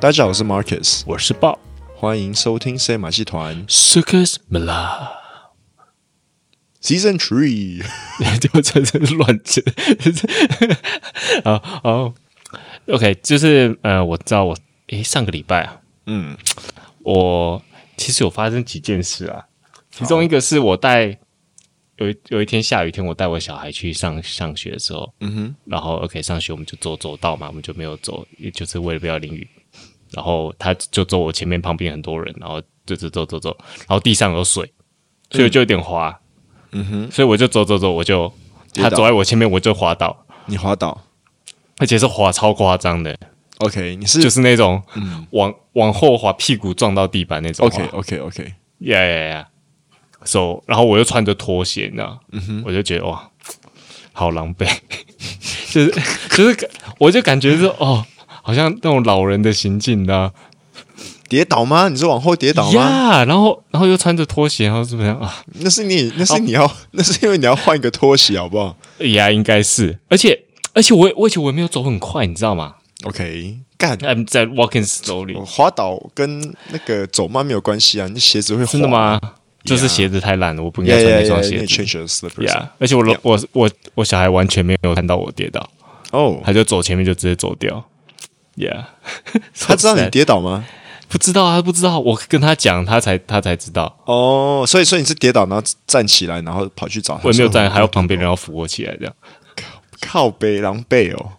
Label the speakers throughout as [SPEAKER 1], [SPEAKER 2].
[SPEAKER 1] 大家好，我是 Marcus，
[SPEAKER 2] 我是豹
[SPEAKER 1] 欢迎收听《赛马戏团
[SPEAKER 2] Circus Mala，》
[SPEAKER 1] Season Three。
[SPEAKER 2] 就真是乱讲。 啊哦，OK，就是呃，我知道我诶，上个礼拜啊，
[SPEAKER 1] 嗯，
[SPEAKER 2] 我其实有发生几件事啊，其中一个是我带有一有一天下雨天，我带我小孩去上上学的时候，嗯
[SPEAKER 1] 哼，
[SPEAKER 2] 然后 OK 上学我们就走走道嘛，我们就没有走，也就是为了不要淋雨。然后他就走我前面，旁边很多人，然后就走走走走，然后地上有水，所以我就有点滑，
[SPEAKER 1] 嗯哼，
[SPEAKER 2] 所以我就走走走，我就
[SPEAKER 1] 跌
[SPEAKER 2] 他
[SPEAKER 1] 倒
[SPEAKER 2] 走在我前面，我就滑倒，
[SPEAKER 1] 你滑倒
[SPEAKER 2] 而且是滑超夸张的，
[SPEAKER 1] ，OK，你是、嗯
[SPEAKER 2] 就是那种往、往后滑，屁股撞到地板那种滑。
[SPEAKER 1] OK OK OK，
[SPEAKER 2] 呀呀呀！So，然后我又穿着拖鞋，你知道，
[SPEAKER 1] 嗯
[SPEAKER 2] 我就觉得哇，好狼狈， 就是就是，我就感觉是哦，好像那种老人的行径，啊你知道
[SPEAKER 1] 跌倒吗？你是往后跌倒吗
[SPEAKER 2] 呀然后然后又穿着拖鞋，然后怎么样啊？
[SPEAKER 1] 那是你，那是你要，那是因为你要换一个拖鞋，好不好
[SPEAKER 2] 呀，应该是，而且而且我也我而且我也没有走很快，你知道吗
[SPEAKER 1] ？OK，干，
[SPEAKER 2] ？I'm 在 walking slowly，
[SPEAKER 1] 我滑倒跟那个走慢没有关系啊，你鞋子会滑
[SPEAKER 2] 真的？吗？就是鞋子太烂了，我不应该穿那双
[SPEAKER 1] yeah,
[SPEAKER 2] 鞋
[SPEAKER 1] yeah,
[SPEAKER 2] 子。
[SPEAKER 1] change your slippers.
[SPEAKER 2] 呀，而且我
[SPEAKER 1] Yeah.
[SPEAKER 2] 我我我小孩完全没有看到我跌倒，
[SPEAKER 1] 哦、
[SPEAKER 2] 他就走前面就直接走掉。Yeah，
[SPEAKER 1] 他知道你
[SPEAKER 2] So sad
[SPEAKER 1] 跌倒吗？
[SPEAKER 2] 不知道啊？他不知道，我跟他讲，他才他才知道。
[SPEAKER 1] 哦、所以所以你是跌倒，然后站起来，然后跑去找他，
[SPEAKER 2] 我也没有站，
[SPEAKER 1] 说
[SPEAKER 2] 还有旁边人要扶我起来这样，
[SPEAKER 1] 靠背狼狈 哦，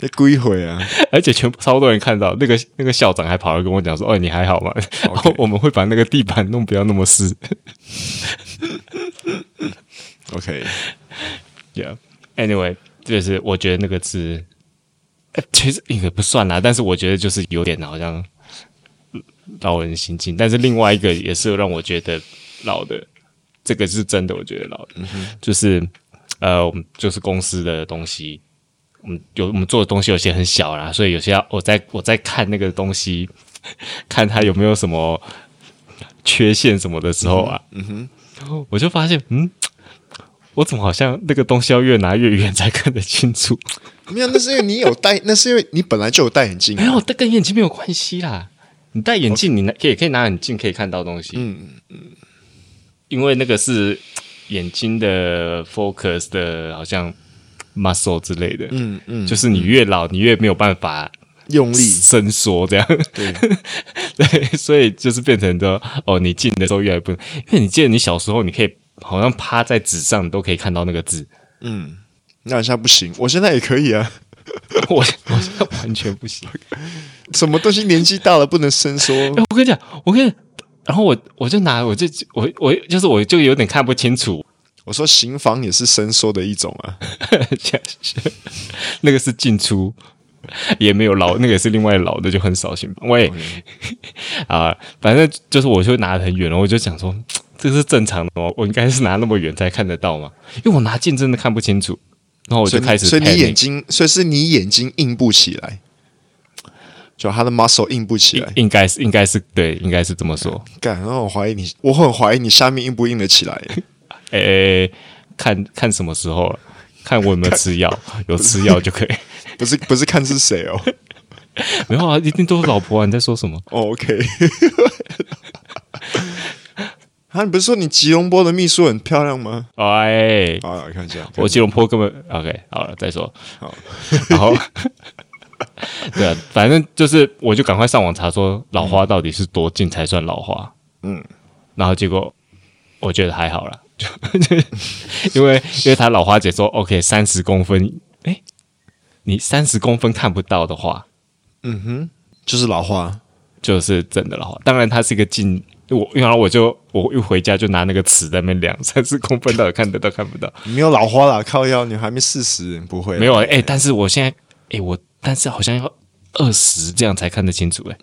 [SPEAKER 1] 你归回啊！
[SPEAKER 2] 而且全部超多人看到，那个那个校长还跑来跟我讲说：“哦，你还好吗？” 然后我们会把那个地板弄不要那么湿。
[SPEAKER 1] OK，
[SPEAKER 2] Yeah，anyway，就是我觉得那个字，呃其实也不算啦，但是我觉得就是有点好像呃老人心境。但是另外一个也是让我觉得老的，这个是真的，我觉得老的，就是呃，我们就是公司的东西，我们有我们做的东西有些很小啦，所以有些要我在我在看那个东西， 看它有没有什么缺陷什么的时候啊，我就发现，嗯，我怎么好像那个东西要越拿越远才看得清楚？
[SPEAKER 1] 没有，那是因为你有戴，那是因为你本来就有戴眼镜、
[SPEAKER 2] 没
[SPEAKER 1] 啊。
[SPEAKER 2] 有，这跟眼睛没有关系啦。你戴眼镜，你拿也可以拿很近可以看到东西。嗯嗯，因为那个是眼睛的 focus 的，好像 muscle 之类的。嗯嗯，就是你越老，你越没有办法
[SPEAKER 1] 用力，
[SPEAKER 2] 伸缩这样。 对所以就是变成说，哦，你进的时候越来越不，因为你记得你小时候，你可以好像趴在纸上，你都可以看到那个字。
[SPEAKER 1] 那一下不行，我现在也可以啊。
[SPEAKER 2] 我我现在完全不行。
[SPEAKER 1] 什么东西年纪大了不能伸缩？
[SPEAKER 2] 哎、我跟你讲，我跟你讲，然后我我就拿我就我我就是我就有点看不清楚，
[SPEAKER 1] 我说刑房也是伸缩的一种啊。
[SPEAKER 2] 那个是进出，也没有老，那个也是另外老的，就很少性吧。喂，
[SPEAKER 1] 嗯
[SPEAKER 2] 啊、反正就是我就拿得很远，然后我就想说，这是正常的哦，我应该是拿那么远才看得到嘛，因为我拿近真的看不清楚。然后我
[SPEAKER 1] 所
[SPEAKER 2] 就
[SPEAKER 1] 以你
[SPEAKER 2] 开始
[SPEAKER 1] 所以你
[SPEAKER 2] panic
[SPEAKER 1] 眼睛，所以是你眼睛硬不起来，就他的 muscle 硬不 起来。
[SPEAKER 2] 应该是应该是对，应该是这么说。
[SPEAKER 1] 干，然后我怀疑你，我很怀疑你下面硬不硬得起 来。
[SPEAKER 2] 诶、看看什么时候了，看我有没有 吃药，有吃药就可以。
[SPEAKER 1] 不是不是看是谁哦。
[SPEAKER 2] 没有啊，一定都是老婆啊！你在说什么？
[SPEAKER 1] 哦 OK。啊，你不是说你吉隆坡的秘书很漂亮吗？
[SPEAKER 2] 哎，
[SPEAKER 1] 啊，看一下，
[SPEAKER 2] 我吉隆坡根本 OK，好了，再说。然 后，对啊，反正就是，我就赶快上网查说老花到底是多近才算老花。
[SPEAKER 1] 嗯，
[SPEAKER 2] 然后结果我觉得还好啦， 就因为因为他老花姐说 OK 三十公分，哎，你三十公分看不到的话，
[SPEAKER 1] 就是老花。
[SPEAKER 2] 就是真的老花。当然，它是一个近。我然后我就我一回家就拿那个尺在那边量三十公分到底看得到看 不到，
[SPEAKER 1] 你没有老花啦，靠腰，你还没四十，不会啦
[SPEAKER 2] 没有哎、欸但是我现在哎、欸我但是好像要二十这样才看得清楚哎、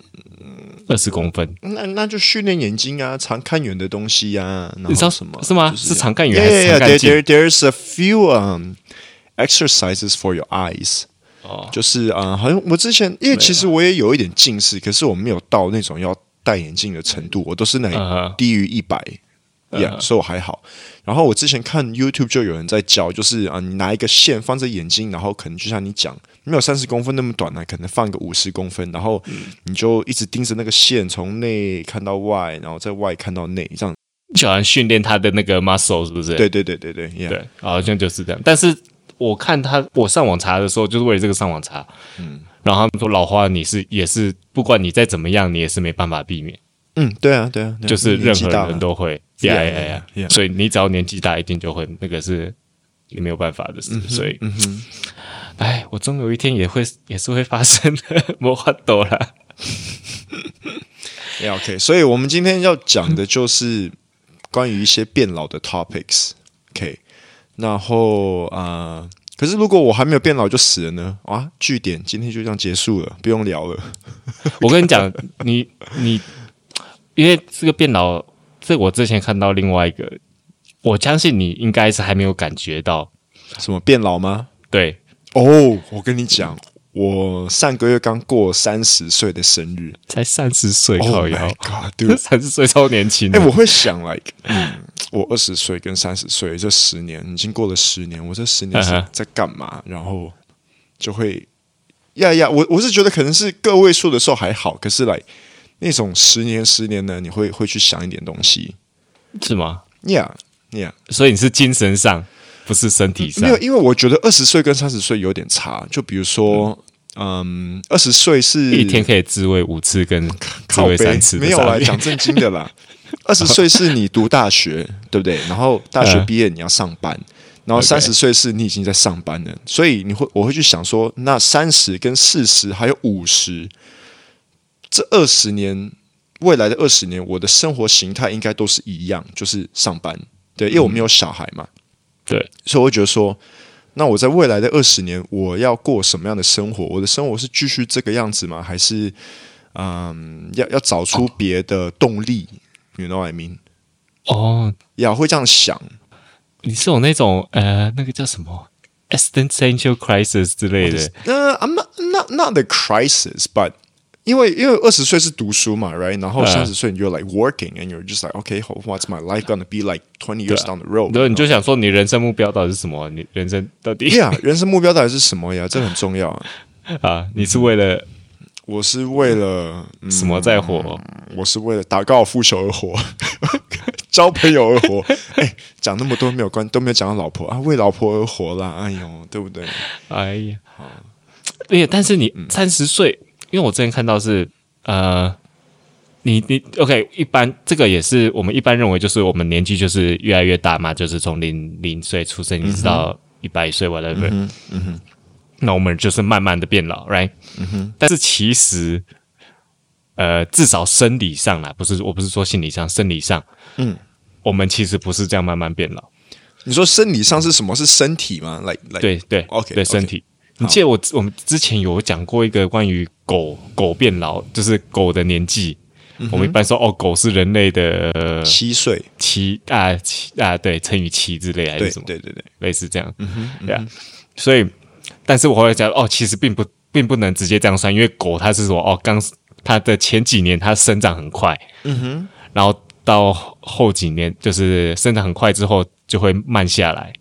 [SPEAKER 2] 二十公分，
[SPEAKER 1] 那那就训练眼睛啊，常看远的东西啊。你
[SPEAKER 2] 你知道
[SPEAKER 1] 什么？
[SPEAKER 2] 是吗？
[SPEAKER 1] 就是
[SPEAKER 2] 常看远还是
[SPEAKER 1] Yeah, yeah,
[SPEAKER 2] 常
[SPEAKER 1] yeah.
[SPEAKER 2] 看
[SPEAKER 1] There,
[SPEAKER 2] 近？
[SPEAKER 1] there, there's a few um exercises for your eyes.
[SPEAKER 2] 哦
[SPEAKER 1] 就是啊、呃好像我之前，因为其实我也有一点近视，可是我没有到那种要戴眼镜的程度，我都是那
[SPEAKER 2] 嗯哼
[SPEAKER 1] 低于一百，yeah，所以我还好。然后我之前看 YouTube 就有人在教，就是啊，你拿一个线放在眼睛，然后可能就像你讲，没有三十公分那么短呢、啊可能放个五十公分，然后
[SPEAKER 2] 嗯
[SPEAKER 1] 你就一直盯着那个线，从内看到外，然后在外看到内，这样。
[SPEAKER 2] 就好像训练他的那个 muscle 是不是？
[SPEAKER 1] 对对对对对，yeah，
[SPEAKER 2] 对，好像就是这样。但是我看他，我上网查的时候，就是为了这个上网查。嗯，然后他们说老花你是也是，不管你再怎么样，你也是没办法避免，
[SPEAKER 1] 嗯，对啊，对啊，对啊
[SPEAKER 2] 就是
[SPEAKER 1] 年
[SPEAKER 2] 任
[SPEAKER 1] 纪
[SPEAKER 2] 何
[SPEAKER 1] 大
[SPEAKER 2] 人
[SPEAKER 1] 了
[SPEAKER 2] 都会。呀
[SPEAKER 1] Yeah,
[SPEAKER 2] 呀呀！
[SPEAKER 1] yeah, yeah.
[SPEAKER 2] 所以你只要年纪大，一定就会那个是也没有办法的
[SPEAKER 1] 嗯
[SPEAKER 2] 事。所以，哎，我终有一天也会也是会发生的， 魔法抖 啦。
[SPEAKER 1] Yeah, OK，所以我们今天要讲的就是关于一些变老的 topics。OK，然后啊、呃可是如果我还没有变老就死了呢？啊，据点今天就这样结束了，不用聊了。
[SPEAKER 2] 我跟你讲，你你，因为这个变老，这我之前看到另外一个，我相信你应该是还没有感觉到，
[SPEAKER 1] 什么变老吗？
[SPEAKER 2] 对，
[SPEAKER 1] 哦，我跟你讲，我上个月刚过三十岁的生日。
[SPEAKER 2] 才三十岁，
[SPEAKER 1] Oh
[SPEAKER 2] 靠腰
[SPEAKER 1] my，god，dude！
[SPEAKER 2] 哦 三十岁超年轻的
[SPEAKER 1] 哎、，我会想，like，嗯，我二十岁跟三十岁这十年已经过了十年，我这十年是
[SPEAKER 2] 嗯哼
[SPEAKER 1] 在干嘛？然后就会，呀呀，我我是觉得可能是个位数的时候还好，可是来那种十年十年呢，你会会去想一点东西
[SPEAKER 2] 是吗？
[SPEAKER 1] ，yeah yeah，
[SPEAKER 2] 所以你是精神上，不是啊身体上
[SPEAKER 1] 没有，，因为我觉得二十岁跟三十岁有点差，就比如说，嗯，二十岁是
[SPEAKER 2] 一天可以自慰五次跟自
[SPEAKER 1] 靠
[SPEAKER 2] 慰
[SPEAKER 1] 背
[SPEAKER 2] 三次的
[SPEAKER 1] 没有
[SPEAKER 2] 差
[SPEAKER 1] 啦，
[SPEAKER 2] 别，
[SPEAKER 1] 讲正经的 啦。二十岁是你读大学，对不对？然后大
[SPEAKER 2] 嗯
[SPEAKER 1] 学毕业你要上班，然后
[SPEAKER 2] OK
[SPEAKER 1] 三十岁是你已经在上班了，所以你会我会去想说，那三十跟四十还有五十，这二十年未来的二十年，我的生活形态应该都是一样，就是上班。对，因为我没有小孩嘛，
[SPEAKER 2] 对，
[SPEAKER 1] 所以我会觉得说，那我在未来的二十年，我要过什么样的生活？我的生活是继续这个样子吗？还是嗯，要要找出别的动力、y o u know what I mean？
[SPEAKER 2] 哦，
[SPEAKER 1] 呀、会这样想，
[SPEAKER 2] 你是有那种呃，那个叫什么 existential crisis 之类的，
[SPEAKER 1] 呃、i m not not not the crisis，but 因为因为二十岁是读书嘛，right？然后
[SPEAKER 2] 嗯
[SPEAKER 1] 三十岁你就 like working，and you're just like okay，what's my life gonna be like twenty
[SPEAKER 2] 对
[SPEAKER 1] years
[SPEAKER 2] 啊
[SPEAKER 1] down the road？
[SPEAKER 2] 然后你就想说你人生目标到底是什么？你人生到底
[SPEAKER 1] Yeah，人生目标到底是什么呀？这很重要啊。
[SPEAKER 2] 啊，你是为了
[SPEAKER 1] 我是为了、嗯、
[SPEAKER 2] 什么在活？
[SPEAKER 1] 我是为了打高尔夫球而活， 交朋友而活。 哎、讲那么多没有关，都没有讲到老婆啊，为老婆而活啦。哎呦，对不对？
[SPEAKER 2] 哎呀，而且但是你三十岁，因为我之前看到是呃，你你 OK，一般这个也是我们一般认为就是我们年纪就是越来越大嘛，就是从零零岁出生一直到一百岁 whatever，嗯哼，那我们就是慢慢的变老，right？嗯哼，但是其实。呃，至少生理上啦，不是，我不是说心理上，生理上，
[SPEAKER 1] 嗯，
[SPEAKER 2] 我们其实不是这样慢慢变老，
[SPEAKER 1] 你说生理上是什么？是身体吗？来来，
[SPEAKER 2] 对对
[SPEAKER 1] OK，
[SPEAKER 2] 对
[SPEAKER 1] OK
[SPEAKER 2] 身体。你记得我我们之前有讲过一个关于狗狗变老，就是狗的年纪。
[SPEAKER 1] 嗯
[SPEAKER 2] 我们一般说哦，狗是人类的呃
[SPEAKER 1] 七岁，
[SPEAKER 2] 七啊七啊对乘以七之类还
[SPEAKER 1] 对
[SPEAKER 2] 是什么
[SPEAKER 1] 对对对，
[SPEAKER 2] 类似这样，
[SPEAKER 1] 嗯
[SPEAKER 2] 对啊。所以，但是我后来讲哦，其实并不并不能直接这样算，因为狗它是说哦刚它的前几年它生长很快，
[SPEAKER 1] 嗯哼，
[SPEAKER 2] 然后到后几年就是生长很快之后就会慢下来，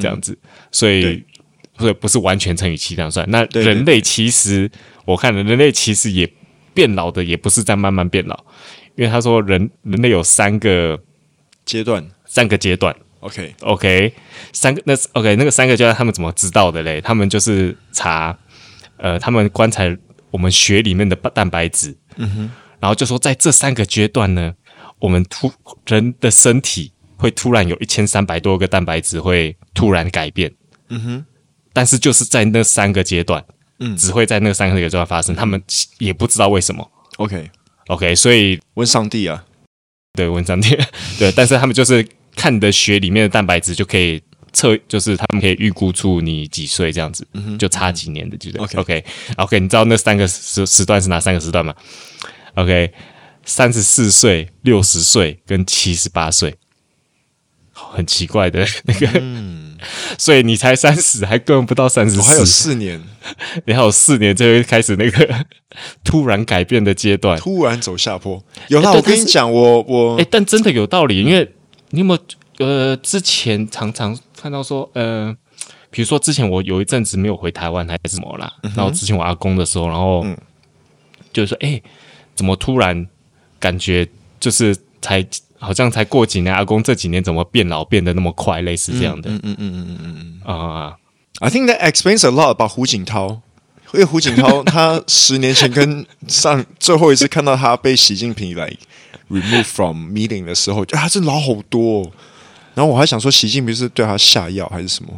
[SPEAKER 2] 这样子，所以
[SPEAKER 1] 嗯对
[SPEAKER 2] 所以不是完全乘以七这样算。那
[SPEAKER 1] 对
[SPEAKER 2] 人类其实我看了，人类其实也变老的，也不是在慢慢变老，因为他说人人类有三个
[SPEAKER 1] 阶段
[SPEAKER 2] 三个阶段
[SPEAKER 1] OK，
[SPEAKER 2] ，OK，三个那是 OK 那个三个阶段他们怎么知道的嘞？他们就是查呃，他们观察我们血里面的蛋白质，然后就说在这三个阶段呢，我们突人的身体会突然有一千三百多个蛋白质会突然改变，嗯哼，但是就是在那三个阶段，嗯，只会在那三个阶段发生，他们也不知道为什么。
[SPEAKER 1] OK，
[SPEAKER 2] OK，所以
[SPEAKER 1] 问上帝啊，
[SPEAKER 2] 对文章点 对，但是他们就是看你的血里面的蛋白质就可以测，就是他们可以预估出你几岁这样子，
[SPEAKER 1] 嗯
[SPEAKER 2] 就差几年的，就这样。
[SPEAKER 1] OK
[SPEAKER 2] OK OK，你知道那三个时时段是哪三个时段吗？OK，三十四岁、六十岁跟七十八岁，很奇怪的 那个。所以你才三十，还根本不到三十
[SPEAKER 1] 我嗯哦还有
[SPEAKER 2] 四，
[SPEAKER 1] 四 年，
[SPEAKER 2] 你还有四年就会开始那个 突然改变的阶段。
[SPEAKER 1] 突然走下坡。有
[SPEAKER 2] 哎
[SPEAKER 1] 啦，
[SPEAKER 2] 对
[SPEAKER 1] 我跟
[SPEAKER 2] 但
[SPEAKER 1] 你
[SPEAKER 2] 是
[SPEAKER 1] 讲，我我
[SPEAKER 2] 哎、但真的有道理，因为你有没有呃之前常常看到说呃，比如说之前我有一阵子没有回台湾还是什么啦，然后之前我阿公的时候，然后
[SPEAKER 1] 嗯
[SPEAKER 2] 就是说哎、怎么突然感觉就是才好像才过几年，阿公这几年怎么变老变得那么快，类似这样的
[SPEAKER 1] 嗯嗯嗯嗯嗯嗯嗯。
[SPEAKER 2] 啊、
[SPEAKER 1] I think that explains a lot about 胡锦涛，因为胡锦涛他十年前跟上 最后一次看到他被习近平来 remove from meeting 的时候，就啊，这老好多、哦。然后我还想说，习近平是对他下药还是什么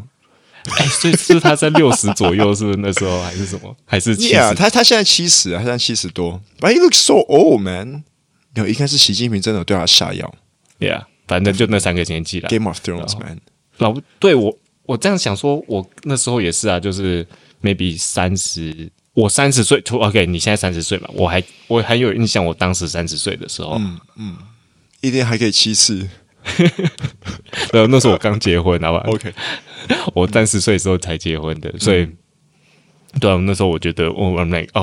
[SPEAKER 2] 哎，所以 是不是他在六十左右，是不是那时候还是什么，还是七十
[SPEAKER 1] ？Yeah，他他现在七十，他现在七十多，But he looks so old, man。有应该是习近平真的有对他下药
[SPEAKER 2] Yeah，反正就那三个年纪啦。
[SPEAKER 1] ，Game of Thrones,
[SPEAKER 2] 哦
[SPEAKER 1] man。
[SPEAKER 2] 老对我，我这样想说，我那时候也是啊，就是 maybe 三十，我三十岁就，OK，你现在三十岁吧，我还我还有印象，我当时三十岁的时候，
[SPEAKER 1] 一天还可以七次
[SPEAKER 2] 然后那时候我刚结婚，好吧
[SPEAKER 1] ，OK，
[SPEAKER 2] 我三十岁的时候才结婚
[SPEAKER 1] 嗯
[SPEAKER 2] 的，所以，对啊，那时候我觉得，我 I'm like，哦哦，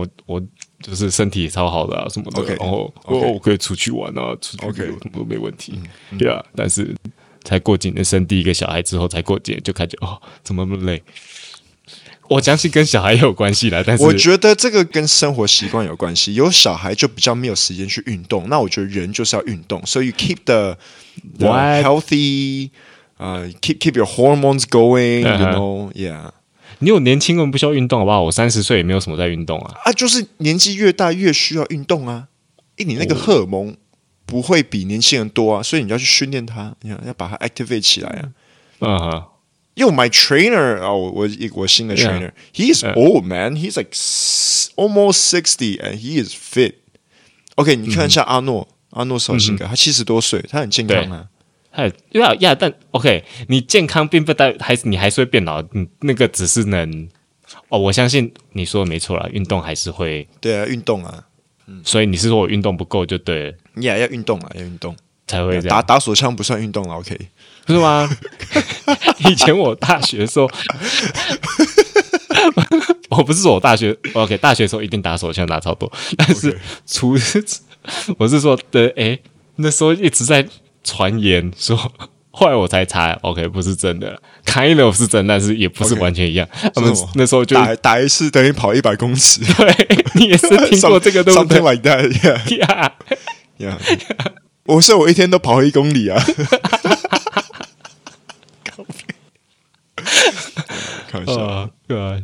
[SPEAKER 2] 哦我我就是身体超好的啊什么的
[SPEAKER 1] OK，
[SPEAKER 2] 然后
[SPEAKER 1] OK
[SPEAKER 2] 哦我可以出去玩啊，出去
[SPEAKER 1] OK 嗯
[SPEAKER 2] 旅游什么都没问题，对啊，但是才过几年生第一个小孩之后，才过几年就开始哦，怎么那么累？我相信跟小孩也有关系啦，但是
[SPEAKER 1] 我觉得这个跟生活习惯有关系，有小孩就比较没有时间去运动。那我觉得人就是要运动，所、so、以 you keep the, the
[SPEAKER 2] What？
[SPEAKER 1] healthy，呃、k e e p keep your hormones going，you、
[SPEAKER 2] 嗯哼
[SPEAKER 1] know，yeah。
[SPEAKER 2] 你有年轻人不需要运动好不好？我三十岁也没有什么在运动啊，
[SPEAKER 1] 啊，就是年纪越大越需要运动啊，因为你那
[SPEAKER 2] 哦
[SPEAKER 1] 个荷尔蒙不会比年轻人多啊，所以你要去训练它，你要要把它 activate 起来啊。
[SPEAKER 2] 嗯哼，
[SPEAKER 1] 因为 my trainer 啊、我我我新的
[SPEAKER 2] Yeah.
[SPEAKER 1] trainer，he is old man，he's like s- almost sixty and he is fit。OK，你看一下阿
[SPEAKER 2] 嗯
[SPEAKER 1] 诺，阿诺绍辛格，他七十多岁，他很健康啊。
[SPEAKER 2] 还有呀呀，但 OK，你健康并不代还是你还是会变老，嗯，那个只是能哦，我相信你说的没错啦，运动还是会，
[SPEAKER 1] 对啊，运动啊
[SPEAKER 2] 所以你是说我运动不够就对了，
[SPEAKER 1] 你也要运动啊，要运动。
[SPEAKER 2] 才会这
[SPEAKER 1] 打
[SPEAKER 2] 样，
[SPEAKER 1] 打手枪不算运动了，OK。
[SPEAKER 2] 不是吗？ 以前我大学的时候， 我不是说我大学 OK，大学的时候一定打手枪打超多，但是
[SPEAKER 1] OK
[SPEAKER 2] 除我是说的，诶，那时候一直在传言说，后来我才查，OK，不是真的啦，kind of 是真，但是也不是
[SPEAKER 1] OK
[SPEAKER 2] 完全一样。他
[SPEAKER 1] 是
[SPEAKER 2] 们
[SPEAKER 1] 什么
[SPEAKER 2] 那时候就
[SPEAKER 1] 打打一次等于跑一百公尺，
[SPEAKER 2] 对你也是 听过这个对不
[SPEAKER 1] something
[SPEAKER 2] 对
[SPEAKER 1] like that，yeah。
[SPEAKER 2] 呀
[SPEAKER 1] Yeah. 我说我一天都跑一公里啊。 靠 北开玩笑，
[SPEAKER 2] 啊，对啊，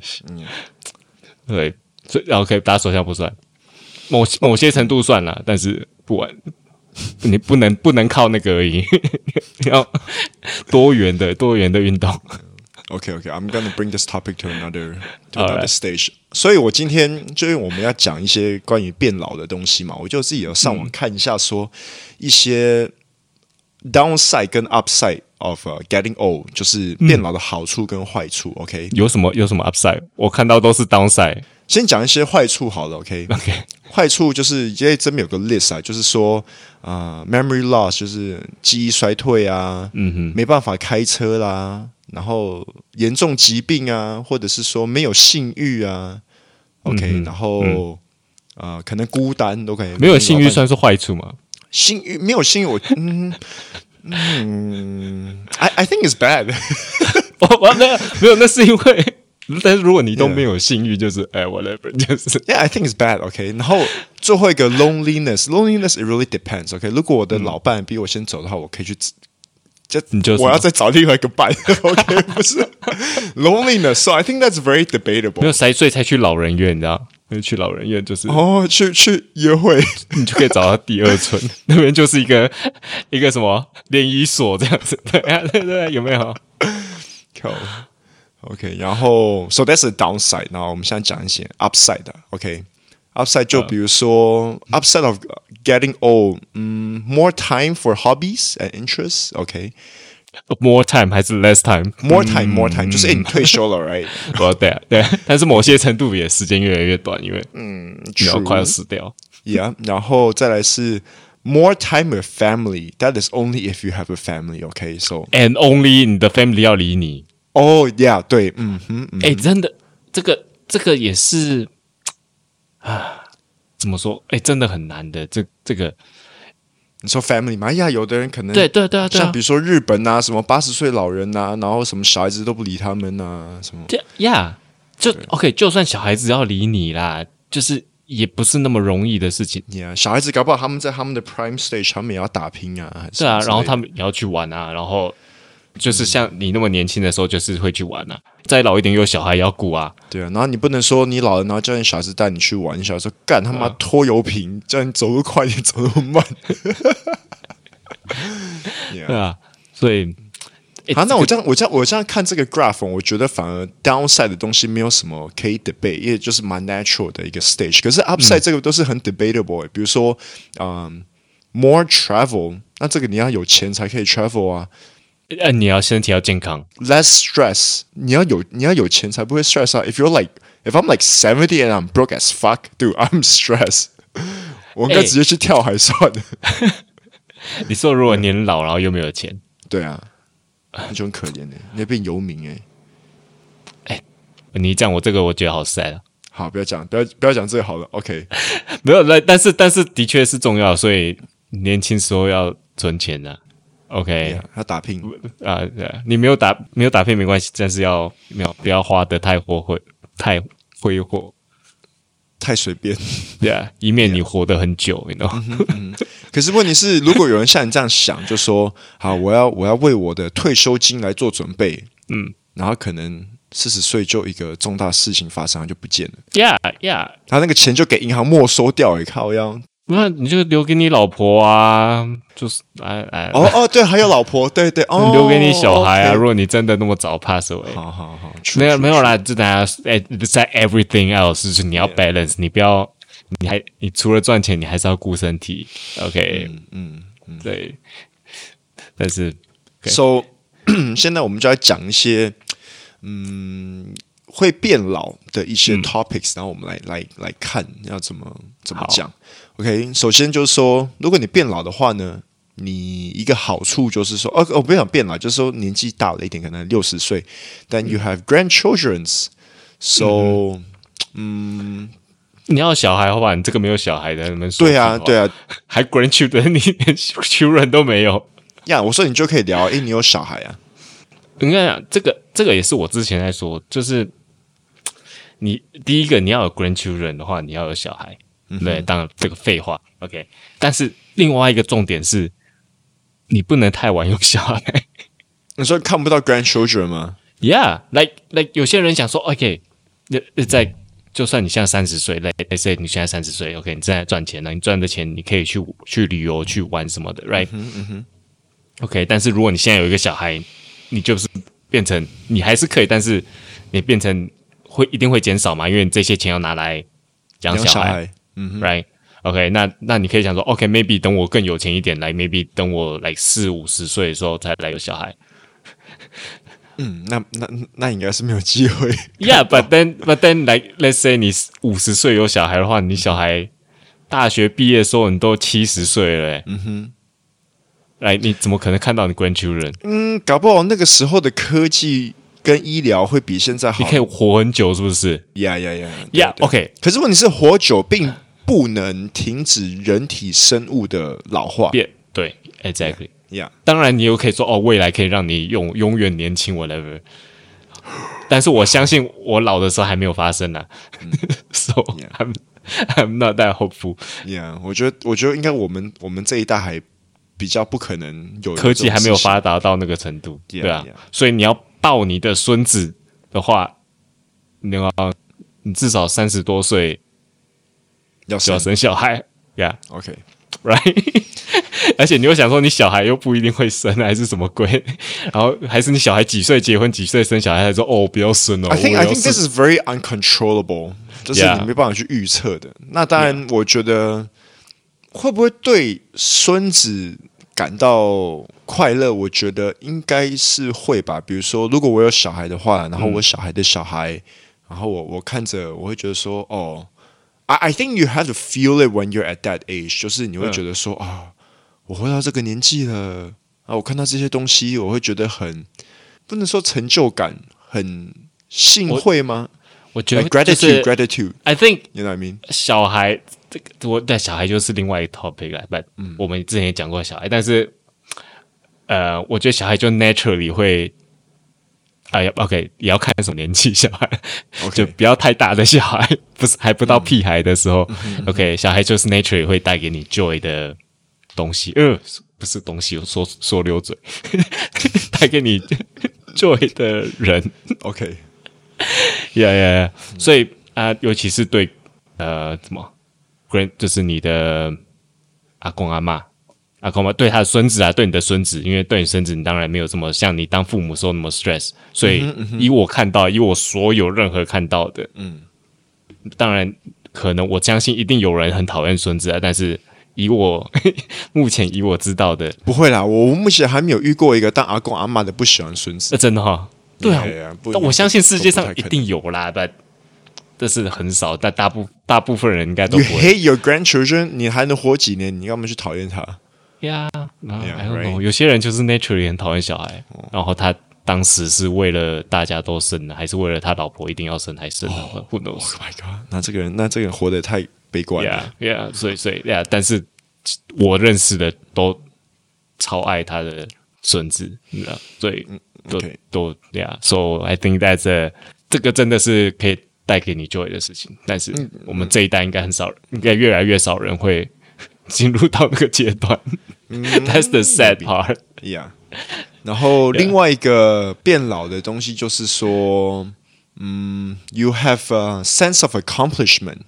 [SPEAKER 2] 对，所以 OK，打手枪不算，某某些程度算了，但是不完， 你不能不能靠那个而已， 你要多元的多元的运动。
[SPEAKER 1] OK OK, I'm gonna bring this topic to another to
[SPEAKER 2] Alright.
[SPEAKER 1] another stage. 所以，我今天就是我们要讲一些关于变老的东西嘛，我就自己有上网看一下，说一些 downside 跟 upside of、getting uh, old，就是变老的好处跟坏处。OK，
[SPEAKER 2] 有什么有什么 upside？我看到都是 downside。
[SPEAKER 1] 先讲一些坏处好了。OK，
[SPEAKER 2] OK，
[SPEAKER 1] 坏处就是因为这边有个 list 啊，就是说啊、呃 memory loss 就是记忆衰退啊，嗯哼，没办法开车啦，然后严重疾病啊，或者是说没有性欲啊，OK，、然后、呃可能孤单都可以，
[SPEAKER 2] 嗯没有性欲算是坏处 吗？
[SPEAKER 1] 性欲没有性欲，我嗯。嗯，I I think it's bad
[SPEAKER 2] 我我哦没有没有，那是因为，但是如果你都没有性欲，就是哎 whatever，就是。
[SPEAKER 1] Yeah, I think it's bad. OK，然后最后一个 loneliness，loneliness it really depends. OK，如果我的老伴比我先走的话，我可以去自就
[SPEAKER 2] 你就什么
[SPEAKER 1] 我要再找另外一个伴。OK，不是 loneliness. So I think that's very
[SPEAKER 2] 没
[SPEAKER 1] debatable.
[SPEAKER 2] 有谁睡才去老人院，你知道？去老人院就是
[SPEAKER 1] 哦，去去约会，
[SPEAKER 2] 你就可以找到第二村，那边就是一个一个什么联谊所这样子，对啊，对对，有没有？
[SPEAKER 1] 靠 OK，然后 so that's the downside。然后我们现在讲一些 upside 的 OK。Upside 就比如说、upside of getting old，嗯，more time for hobbies and interests。OK，more、
[SPEAKER 2] More time 还是 less time？
[SPEAKER 1] time，more time，就是、
[SPEAKER 2] 嗯
[SPEAKER 1] 欸、你退休 了，right？
[SPEAKER 2] 哦，对啊，对啊，但是某些程度也时间越来越短，因为你要
[SPEAKER 1] 嗯 True
[SPEAKER 2] 快要死掉。
[SPEAKER 1] Yeah，然后再来是 more time with family. That is only if you have a family. OK, so
[SPEAKER 2] And only 你的 family 要理你。
[SPEAKER 1] oh yeah，对，嗯哼，嗯
[SPEAKER 2] 哎、真的，这个这个也是啊，
[SPEAKER 1] 嗯
[SPEAKER 2] 怎么说？哎、真的很难的。这这个
[SPEAKER 1] 你说 family 嘛，哎呀，有的人可能
[SPEAKER 2] 对对对啊，对
[SPEAKER 1] 像
[SPEAKER 2] 啊
[SPEAKER 1] 比，如说日本啊，什么八十岁老人呐、然后什么小孩子都不理他们呐、什么
[SPEAKER 2] 这呀，就 OK，就算小孩子要理你啦，就是也不是那么容易的事情。
[SPEAKER 1] ，yeah, 小孩子搞不好他们在他们的 prime stage，他们也要打拼啊，还是
[SPEAKER 2] 是啊，
[SPEAKER 1] 什么
[SPEAKER 2] 然后
[SPEAKER 1] 之类的
[SPEAKER 2] 他们也要去玩啊，然后就是像你那么年轻的时候，就是会去玩啊。再老一点，有小孩要顾啊，
[SPEAKER 1] 对啊，然后你不能说你老了，然后叫你小孩子带你去玩，你小孩说干他妈
[SPEAKER 2] 啊
[SPEAKER 1] 拖油瓶，叫你走路快点，走路慢。
[SPEAKER 2] 对啊，所以诶
[SPEAKER 1] 好、那我这样，我这样，我这样看这个 graph，我觉得反而 downside 的东西没有什么可以 debate，因为就是蛮 natural 的一个 stage。可是 upside 这个都是很 debatable，、比如说，嗯、m o r e travel，那这个你要有钱才可以 travel 啊。
[SPEAKER 2] 呃，你要身体要健康，
[SPEAKER 1] less stress. 你要有你要有钱才不会 stress 啊。If you're like if I'm like seventy and I'm broke as fuck, dude, I'm stressed. 我应该
[SPEAKER 2] 哎
[SPEAKER 1] 直接去跳海算 了。
[SPEAKER 2] 你说如果年老然后又没有钱，
[SPEAKER 1] 对啊，你就很可怜的、你要变游民哎、
[SPEAKER 2] 你讲我这个我觉得好 sad 啊。
[SPEAKER 1] 好，不要讲，不要不要讲这个好了。OK，
[SPEAKER 2] 没有，那但是但是的确是重要，所以年轻时候要存钱的、啊。
[SPEAKER 1] 哎
[SPEAKER 2] OK
[SPEAKER 1] 呀，要打拼，
[SPEAKER 2] 啊、对啊你没有打没有打拼没关系，但是要没有不要花的太霍霍太挥霍，
[SPEAKER 1] 太随便。
[SPEAKER 2] 对啊，以免你活得很久，你知道吗？
[SPEAKER 1] 可是问题是，如果有人像你这样想，就说 好，我要我要为我的退休金来做准备，嗯，然后可能四十岁就一个重大事情发生，他就不见了，
[SPEAKER 2] Yeah, yeah，
[SPEAKER 1] 他那个钱就给银行没收掉、欸，靠要。
[SPEAKER 2] 那你就留给你老婆啊，就是哎哎，
[SPEAKER 1] 哦哦，对，还有老婆，对对哦，
[SPEAKER 2] 留给你小孩啊。
[SPEAKER 1] OK
[SPEAKER 2] 如果你真的那么早 pass away，
[SPEAKER 1] 好好好，
[SPEAKER 2] 没有没有
[SPEAKER 1] 啦，
[SPEAKER 2] 啦，就大家哎，在 everything else，就是你要 balance，你不要，你还你除了赚钱，你还是要顾身体。OK，
[SPEAKER 1] 嗯。
[SPEAKER 2] 对，但是
[SPEAKER 1] So，现 在我们就要讲一些，嗯，会变老的一
[SPEAKER 2] 嗯
[SPEAKER 1] 些 topics，、然后我们来来来看要怎么怎么
[SPEAKER 2] 好
[SPEAKER 1] 讲。OK，首先就是说，如果你变老的话呢，你一个好处就是说，哦，我不想变老，就是说年纪大了一点，可能六十岁，但
[SPEAKER 2] 嗯
[SPEAKER 1] you have grandchildrens，so、
[SPEAKER 2] 你要小孩好吧，你这个没有小孩的，你们说
[SPEAKER 1] 对啊，对
[SPEAKER 2] 啊，
[SPEAKER 1] 啊，
[SPEAKER 2] 还 grandchildren，你连 children 都没有。
[SPEAKER 1] 呀、我说你就可以聊，诶，你有小孩啊？
[SPEAKER 2] 应该讲这个，这个也是我之前在说，就是你第一个你要有 grandchildren 的话，你要有小孩，对，当然这个废话，OK。但是另外一个重点是，你不能太晚有小孩
[SPEAKER 1] 你说看不到 grandchildren 吗？
[SPEAKER 2] ，Yeah，like like 有些人想说，OK，那在就算你现在三十岁，like let's say 你现在三十岁，OK，你正在赚钱了，你赚的钱你可以去去旅游、去玩什么的，right？OK，但是如果你现在有一个小孩，你就是变成你还是可以，但是你变成会一定会减少嘛，因为你这些钱要拿来养
[SPEAKER 1] 养
[SPEAKER 2] 小
[SPEAKER 1] 小
[SPEAKER 2] 孩
[SPEAKER 1] 孩，嗯哼，
[SPEAKER 2] r i g h t OK，那那你可以想说，OK，maybe、等我更有钱一点，来，maybe 等我来四五十岁的时候才来有小孩。
[SPEAKER 1] 嗯，那那那应该是没有机会。
[SPEAKER 2] Yeah，but then but then like let's say 你五十岁有小孩的话，你小孩大学毕业的时候你都七十岁了、嗯哼，来，你怎么可能看到你 grandchildren？
[SPEAKER 1] 嗯，搞不好那个时候的科技跟医疗会比现在好
[SPEAKER 2] 你。可以活很久，是不是
[SPEAKER 1] 呀呀呀
[SPEAKER 2] ？Yeah，OK，、
[SPEAKER 1] 对可是问题是，活久并不能停止人体生物的老化。
[SPEAKER 2] 变对，exactly。
[SPEAKER 1] 呀
[SPEAKER 2] 当然，你又可以说哦，未来可以让你永永远年轻，whatever。但是我相信我老的时候还没有发生呢、so
[SPEAKER 1] 嗯
[SPEAKER 2] I'm I'm not that hopeful。
[SPEAKER 1] 呀，我觉得，我觉得应该我们我们这一代还比较不可能有
[SPEAKER 2] 科技还没
[SPEAKER 1] 这
[SPEAKER 2] 有
[SPEAKER 1] 种事情。
[SPEAKER 2] 发达到那个程度
[SPEAKER 1] Yeah,
[SPEAKER 2] 对啊
[SPEAKER 1] yeah.
[SPEAKER 2] 所以你要抱你的孙子的话，你要你至少三十多岁
[SPEAKER 1] 要
[SPEAKER 2] 就要
[SPEAKER 1] 生
[SPEAKER 2] 生小孩，Yeah，right？
[SPEAKER 1] OK，
[SPEAKER 2] 而且你又想说你小孩又不一定会生，还是什么鬼？ 然后还是你小孩几岁结婚，几岁生小孩，还说哦不要生哦
[SPEAKER 1] I think
[SPEAKER 2] 我
[SPEAKER 1] I
[SPEAKER 2] 要
[SPEAKER 1] think
[SPEAKER 2] 生
[SPEAKER 1] this is very uncontrollable，这是
[SPEAKER 2] Yeah.
[SPEAKER 1] 你没办法去预测的。那当然，我觉得会不会对孙子感到快乐？我觉得应该是会吧。比如说，如果我有小孩的话，然后我小孩的小孩，然后我我看着，我会觉得说，哦，I I think you have to feel it when you're at that age，就是你会觉得说，啊、我活到这个年纪了啊，我看到这些东西，我会觉得很不能说成就感，很幸会吗
[SPEAKER 2] 我觉得
[SPEAKER 1] ？Like
[SPEAKER 2] 就是
[SPEAKER 1] gratitude,
[SPEAKER 2] 哎
[SPEAKER 1] gratitude,
[SPEAKER 2] I think
[SPEAKER 1] you know what I mean?
[SPEAKER 2] 小孩这个我对小孩就是另外一个 topic 来，但我们之前也讲过小孩，但是呃，我觉得小孩就 naturally 会，哎、呀 o k 也要看什么年纪小孩
[SPEAKER 1] OK
[SPEAKER 2] 就不要太大的小孩，不是还不到屁孩的时候、o k 小孩就是 naturally 会带给你 joy 的东西，呃，不是东西，我说说溜嘴， 带给你 joy 的人，
[SPEAKER 1] OK，
[SPEAKER 2] 呀呀呀！所以啊、尤其是对呃，怎么 grand 就是你的阿公阿妈、阿公阿嬷对他的孙子啊，对你的孙子，因为对你孙子，你当然没有这么像你当父母时候那么 stress。所
[SPEAKER 1] 嗯
[SPEAKER 2] 以以我看到，以我所有任何看到的，嗯，当然可能我相信一定有人很讨厌孙子啊，但是以我 目前以我知道的，
[SPEAKER 1] 不会啦，我目前还没有遇过一个当阿公阿妈的不喜欢孙子
[SPEAKER 2] 那、。呃真的哈、对啊，
[SPEAKER 1] Yeah, yeah, 不
[SPEAKER 2] 但我相信世界上
[SPEAKER 1] 不太
[SPEAKER 2] 一
[SPEAKER 1] 可能
[SPEAKER 2] 定有啦，但这是很少，但大部大部分人应该都
[SPEAKER 1] You
[SPEAKER 2] 不 会
[SPEAKER 1] hate your grandchildren，你还能活几年？你干嘛去讨厌他？
[SPEAKER 2] 呀。然后
[SPEAKER 1] Yeah,
[SPEAKER 2] I don't
[SPEAKER 1] right. 哦
[SPEAKER 2] know，有些人就是 naturally 很讨厌小孩，然后他当时是为了大家都生的，还是为了他老婆一定要生还生的，Who knows？
[SPEAKER 1] Oh my god！那这个人，那这个人活得太悲观哦了。
[SPEAKER 2] 呀呀，所以所以呀，但是我认识的都超爱他的孙子，你知道，所以都
[SPEAKER 1] OK
[SPEAKER 2] 都呀，so I think that's a 这个真的是可以带给你 joy 的事情，但是我们这一代应该很少人，应该越来越少人会 进入到那个阶段。That's the sad part。
[SPEAKER 1] Yeah，然后另外一个变老的东西就是说，嗯，you have a sense of accomplishment，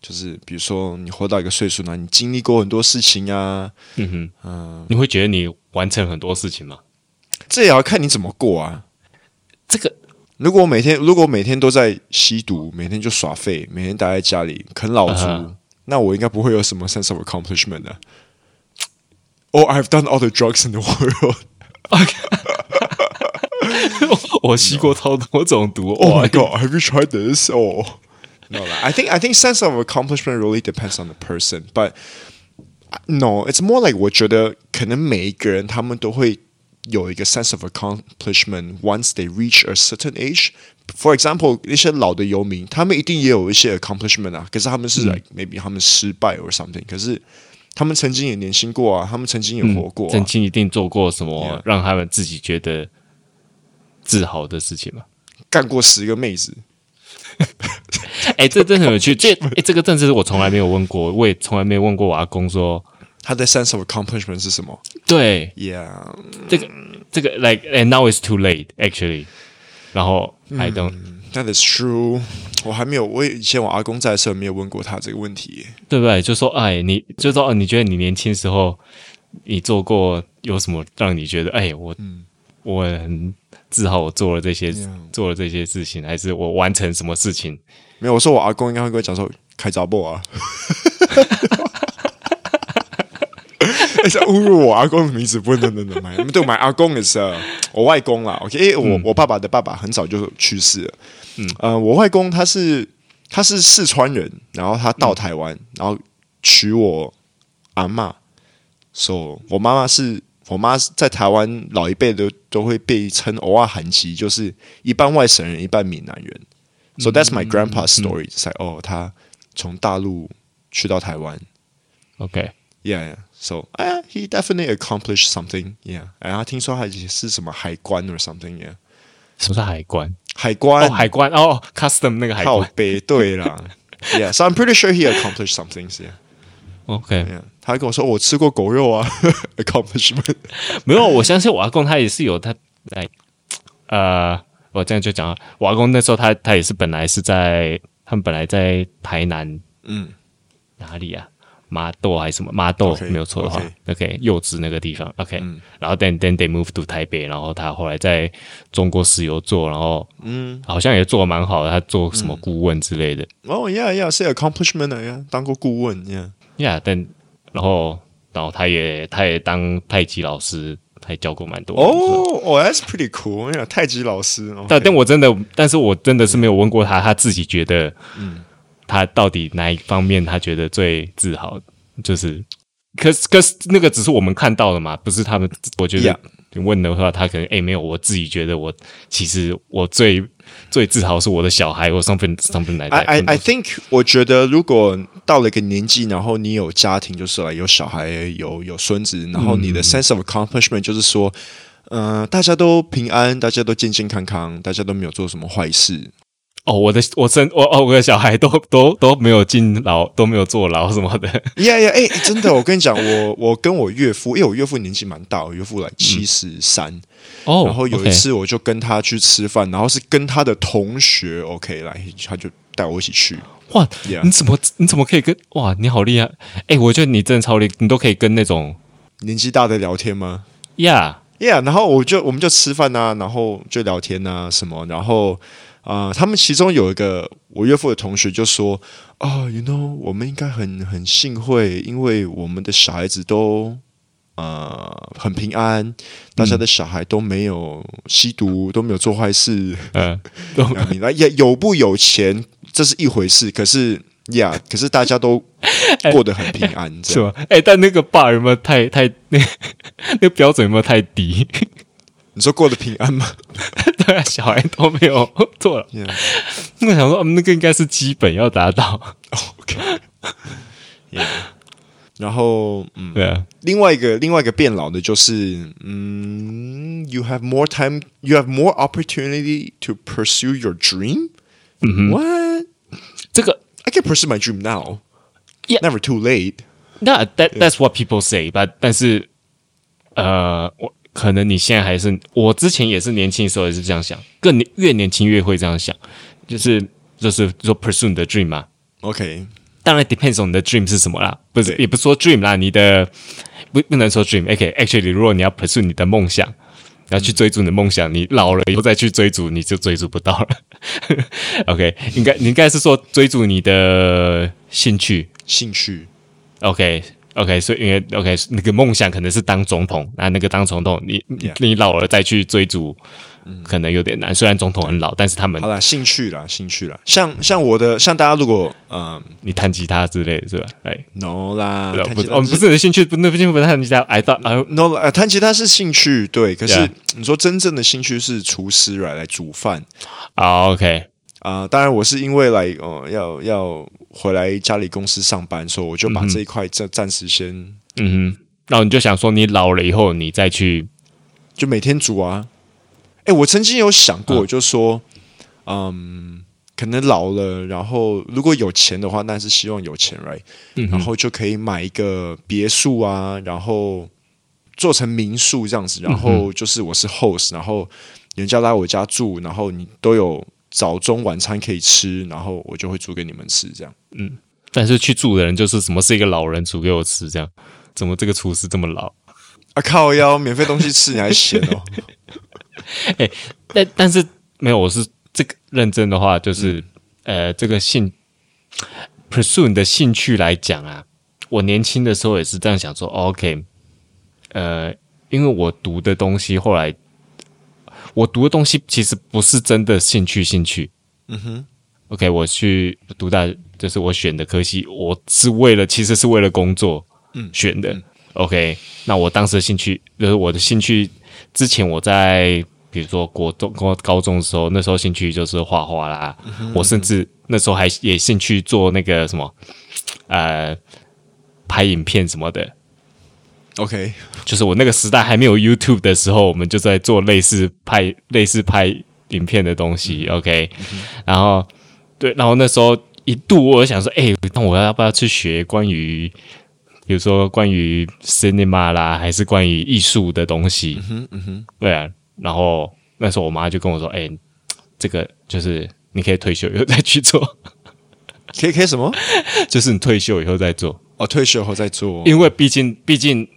[SPEAKER 1] 就是比如说你活到一个岁数呢，你经历过很多事情啊，
[SPEAKER 2] 嗯哼，你会觉得你完成很多事情吗？
[SPEAKER 1] 这也要看你怎么过啊。
[SPEAKER 2] 这 个
[SPEAKER 1] 如果我每天如果我每天都在吸毒，每天就耍废，每天待在家里啃老族
[SPEAKER 2] 啊
[SPEAKER 1] 那我应该不会有什么 sense of accomplishment 的、Oh, I've done all the drugs in the world.
[SPEAKER 2] 我吸过超多种毒，
[SPEAKER 1] Oh
[SPEAKER 2] 哇
[SPEAKER 1] my god, have you tried this? Oh, no. lah. I think I think sense of accomplishment really depends on the person, but uh, no, it's more like 我觉得可能每一个人他们都会有一个 sense of accomplishment once they reach a certain age. For example，一些老的游民，他们一定也有一些 accomplishment 啊，可是他们是 like、maybe 他们失败 or something，可是他们曾经也年轻过啊，他们曾经也活过、啊
[SPEAKER 2] 曾经一定做过什么
[SPEAKER 1] Yeah
[SPEAKER 2] 让他们自己觉得自豪的事情吗？
[SPEAKER 1] 干过十个妹子。
[SPEAKER 2] 哎、这真的很有趣。这哎、这个真的是我从来没有问过，我也从来没有问过我阿公说，
[SPEAKER 1] 他的 sense of accomplishment 是什么
[SPEAKER 2] 对
[SPEAKER 1] ？Yeah，
[SPEAKER 2] 这个这个，like and now it's too late actually。然后 I don't，、
[SPEAKER 1] That is true。我还没有，我以前我阿公在的时候没有问过他这个问题。
[SPEAKER 2] 对不对？就说哎，你就说哦，你觉得你年轻时候你做过有什么让你觉得哎，我、我很自豪，我做了这些
[SPEAKER 1] Yeah
[SPEAKER 2] 做了这些事情，还是我完成什么事情？
[SPEAKER 1] 没有，我说我阿公应该会跟我讲说开闸布啊， 你在哎侮辱我阿公的名字，不能能能买。对，我买阿公也是呃我外公啦。OK，因为我、我爸爸的爸爸很早就去世了。嗯，呃，我外公他是他是四川人，然后他到台湾，然后娶我阿嬷。so 我妈妈是我妈是在台湾老一辈都都会被称偶尔韩籍，就是一半外省人，一半闽南人。So that's my grandpa's
[SPEAKER 2] Mm-hmm.
[SPEAKER 1] story. It's like 哦，他从大陆去到台湾
[SPEAKER 2] OK，
[SPEAKER 1] ，yeah. yeah. So 哎呀，he definitely accomplished something. Yeah，然后听说他也是什么海关 or something. Yeah，
[SPEAKER 2] 什么是海关？
[SPEAKER 1] 海关、
[SPEAKER 2] 哦，海关哦，custom 那个海
[SPEAKER 1] 靠
[SPEAKER 2] 关。
[SPEAKER 1] 背对啦。Yeah, so I'm pretty sure he accomplished something. Yeah,
[SPEAKER 2] OK，
[SPEAKER 1] yeah. 他还跟我说我吃过狗肉啊 ，accomplishment.
[SPEAKER 2] 没有，我相信我阿公他也是有他来，呃，我这样就讲啊，我阿公那时候他他也是本来是在他们本来在台南
[SPEAKER 1] 嗯
[SPEAKER 2] 哪里啊？麻豆还是什么麻豆
[SPEAKER 1] OK，
[SPEAKER 2] 没有错的话
[SPEAKER 1] OK 嗯
[SPEAKER 2] ，OK 柚子那个地方，OK，、然后 then then they move to 台北，然后他后来在中国石油做，然后嗯，好像也做得蛮好的，他做什么顾问之类的，
[SPEAKER 1] Oh yeah, yeah, 是 accomplishment 啊，yeah，当过顾问，yeah。
[SPEAKER 2] 呀，但然后然后他也他也当太极老师，他也教过蛮多人的
[SPEAKER 1] 哦哦，that's Oh, pretty cool. Yeah，太极老师。OK
[SPEAKER 2] 但但我真的，但是我真的是没有问过他，他自己觉得，
[SPEAKER 1] 嗯
[SPEAKER 2] 他到底哪一方面他觉得最自豪？就是，可是可是那个只是我们看到的嘛，不是他们。我觉
[SPEAKER 1] Yeah
[SPEAKER 2] 得你问的话，他可能哎、没有，我自己觉得我其实我最最自豪是我的小孩，我 something something like that
[SPEAKER 1] I I I think 我觉得，如果到了一个年纪，然后你有家庭，就是了有小孩，有有孙子，然后你
[SPEAKER 2] 嗯
[SPEAKER 1] 的 sense of accomplishment 就是说，嗯、大家都平安，大家都健健康康，大家都没有做什么坏事。
[SPEAKER 2] 哦，我的我生我哦我的小孩都都都没有进牢，都没有坐牢什么的。
[SPEAKER 1] Yeah yeah，哎、真的，我跟你讲，我我跟我岳父，因为我岳父年纪蛮大，我岳父来七十三，
[SPEAKER 2] 嗯 哦，
[SPEAKER 1] 然后有一
[SPEAKER 2] OK
[SPEAKER 1] 次我就跟他去吃饭，然后是跟他的同学，OK，来，他就带我一起去。
[SPEAKER 2] 哇嗯
[SPEAKER 1] Yeah
[SPEAKER 2] 你怎么你怎么可以跟哇？你好厉害！哎、我觉得你真的超厉，你都可以跟那种
[SPEAKER 1] 年纪大的聊天吗？
[SPEAKER 2] 呀
[SPEAKER 1] Yeah，然后我就我们就吃饭呐、然后就聊天呐、什么，然后啊、呃他们其中有一个我岳父的同学就说：“哦、y o u know，我们应该很很幸会，因为我们的小孩子都呃很平安，大
[SPEAKER 2] 嗯
[SPEAKER 1] 家的小孩都没有吸毒，都没有做坏事。
[SPEAKER 2] 嗯、
[SPEAKER 1] 你那也有不有钱，这是一回事，可是。” Yeah，可是大家都过得很平安，这
[SPEAKER 2] 是
[SPEAKER 1] 样
[SPEAKER 2] 吗？哎、但那个 bar 有没有太太那那个标准有没有太低？
[SPEAKER 1] 你说过得平安吗？
[SPEAKER 2] 对啊，小孩都没有做了。
[SPEAKER 1] Yeah
[SPEAKER 2] 那我想说，嗯，那个应该是基本要达到。
[SPEAKER 1] 哦然后，嗯，
[SPEAKER 2] 对啊，
[SPEAKER 1] 另外一个另外一个变老的就是，嗯，you have more time, you have more opportunity to pursue your dream.
[SPEAKER 2] Mm-hmm.
[SPEAKER 1] What?
[SPEAKER 2] 这个
[SPEAKER 1] I can pursue my dream now.
[SPEAKER 2] Yeah.
[SPEAKER 1] Never too late.
[SPEAKER 2] 那 that that's what people say，but 但是呃，我可能你现在还是我之前也是年轻的时候也是这样想，更年越年轻越会这样想，就是就是说 pursue 你的 dream 嘛。
[SPEAKER 1] OK，
[SPEAKER 2] 当然 depends on 你的 dream 是什么啦，不是
[SPEAKER 1] 对
[SPEAKER 2] 也不是说 dream 啦，你的不不能说 dream，OK，actually，、如果你要 pursue 你的梦想，然后去追逐你的梦想，你老了以后再去追逐，你就追逐不到了。OK，应该你应该是说追逐你的兴趣
[SPEAKER 1] 兴趣
[SPEAKER 2] ，OK。OK，所以因为 OK 那个梦想可能是当总统，那那个当总统，你
[SPEAKER 1] Yeah 嗯
[SPEAKER 2] 你老了再去追逐，可能有点难。虽然总统很老，但是他们
[SPEAKER 1] 好啦，兴趣啦，兴趣啦。像像我的，像大家如果，嗯
[SPEAKER 2] 你弹吉他之类的是吧？哎，
[SPEAKER 1] ，no 啦，啊弹吉
[SPEAKER 2] 不是，
[SPEAKER 1] 他
[SPEAKER 2] 哦，不是你的兴趣，不那不是不是弹吉他，I thought I
[SPEAKER 1] no 啦，呃弹吉他是兴趣，对。可是
[SPEAKER 2] Yeah
[SPEAKER 1] 你说真正的兴趣是厨师来来煮饭，
[SPEAKER 2] 啊、o k
[SPEAKER 1] 啊、当然我是因为来哦、呃要要回来家里公司上班，所以我就把这一块暂暂时先
[SPEAKER 2] 嗯哼，然后你就想说，你老了以后你再去，
[SPEAKER 1] 就每天煮啊。哎，我曾经有想过，就说，嗯，可能老了，然后如果有钱的话，那是希望有钱，right？、然后就可以买一个别墅啊，然后做成民宿这样子，然后就是我是 host，然后人家来我家住，然后你都有早中晚餐可以吃，然后我就会煮给你们吃这样。
[SPEAKER 2] 但是去住的人就是什么是一个老人煮给我吃这样，怎么这个厨师这么老？
[SPEAKER 1] 啊靠腰，免费东西吃你还嫌哦？
[SPEAKER 2] 但但是没有，我是这个认真的话，
[SPEAKER 1] 嗯
[SPEAKER 2] 就是、呃，这个兴 pursue 你的兴趣来讲啊，我年轻的时候也是这样想说、哦、，OK，呃，因为我读的东西后来，我读的东西其实不是真的兴趣兴趣，
[SPEAKER 1] 嗯哼，
[SPEAKER 2] OK，我去读大，就是我选的科系，我是为了其实是为了工作，
[SPEAKER 1] 嗯
[SPEAKER 2] 选的。OK，那我当时的兴趣就是我的兴趣，之前我在比如说国中、高高中的时候，那时候兴趣就是画画啦，我甚至那时候还也兴趣做那个什么，呃，拍影片什么的。
[SPEAKER 1] OK，
[SPEAKER 2] 就是我那个时代还没有 YouTube 的时候，我们就在做类似拍类似拍影片的东西。OK，、然
[SPEAKER 1] 嗯
[SPEAKER 2] 后对，然后那时候一度我想说，哎、那我要不要去学关于，比如说关于 cinema 啦，还是关于艺术的东西？
[SPEAKER 1] 嗯嗯哼，
[SPEAKER 2] 对啊，然后那时候我妈就跟我说，哎、这个就是你可以退休以后再去做，
[SPEAKER 1] 可以可以什么？
[SPEAKER 2] 就是你退休以后再做。
[SPEAKER 1] 哦，退休后再做。
[SPEAKER 2] 因为毕竟毕竟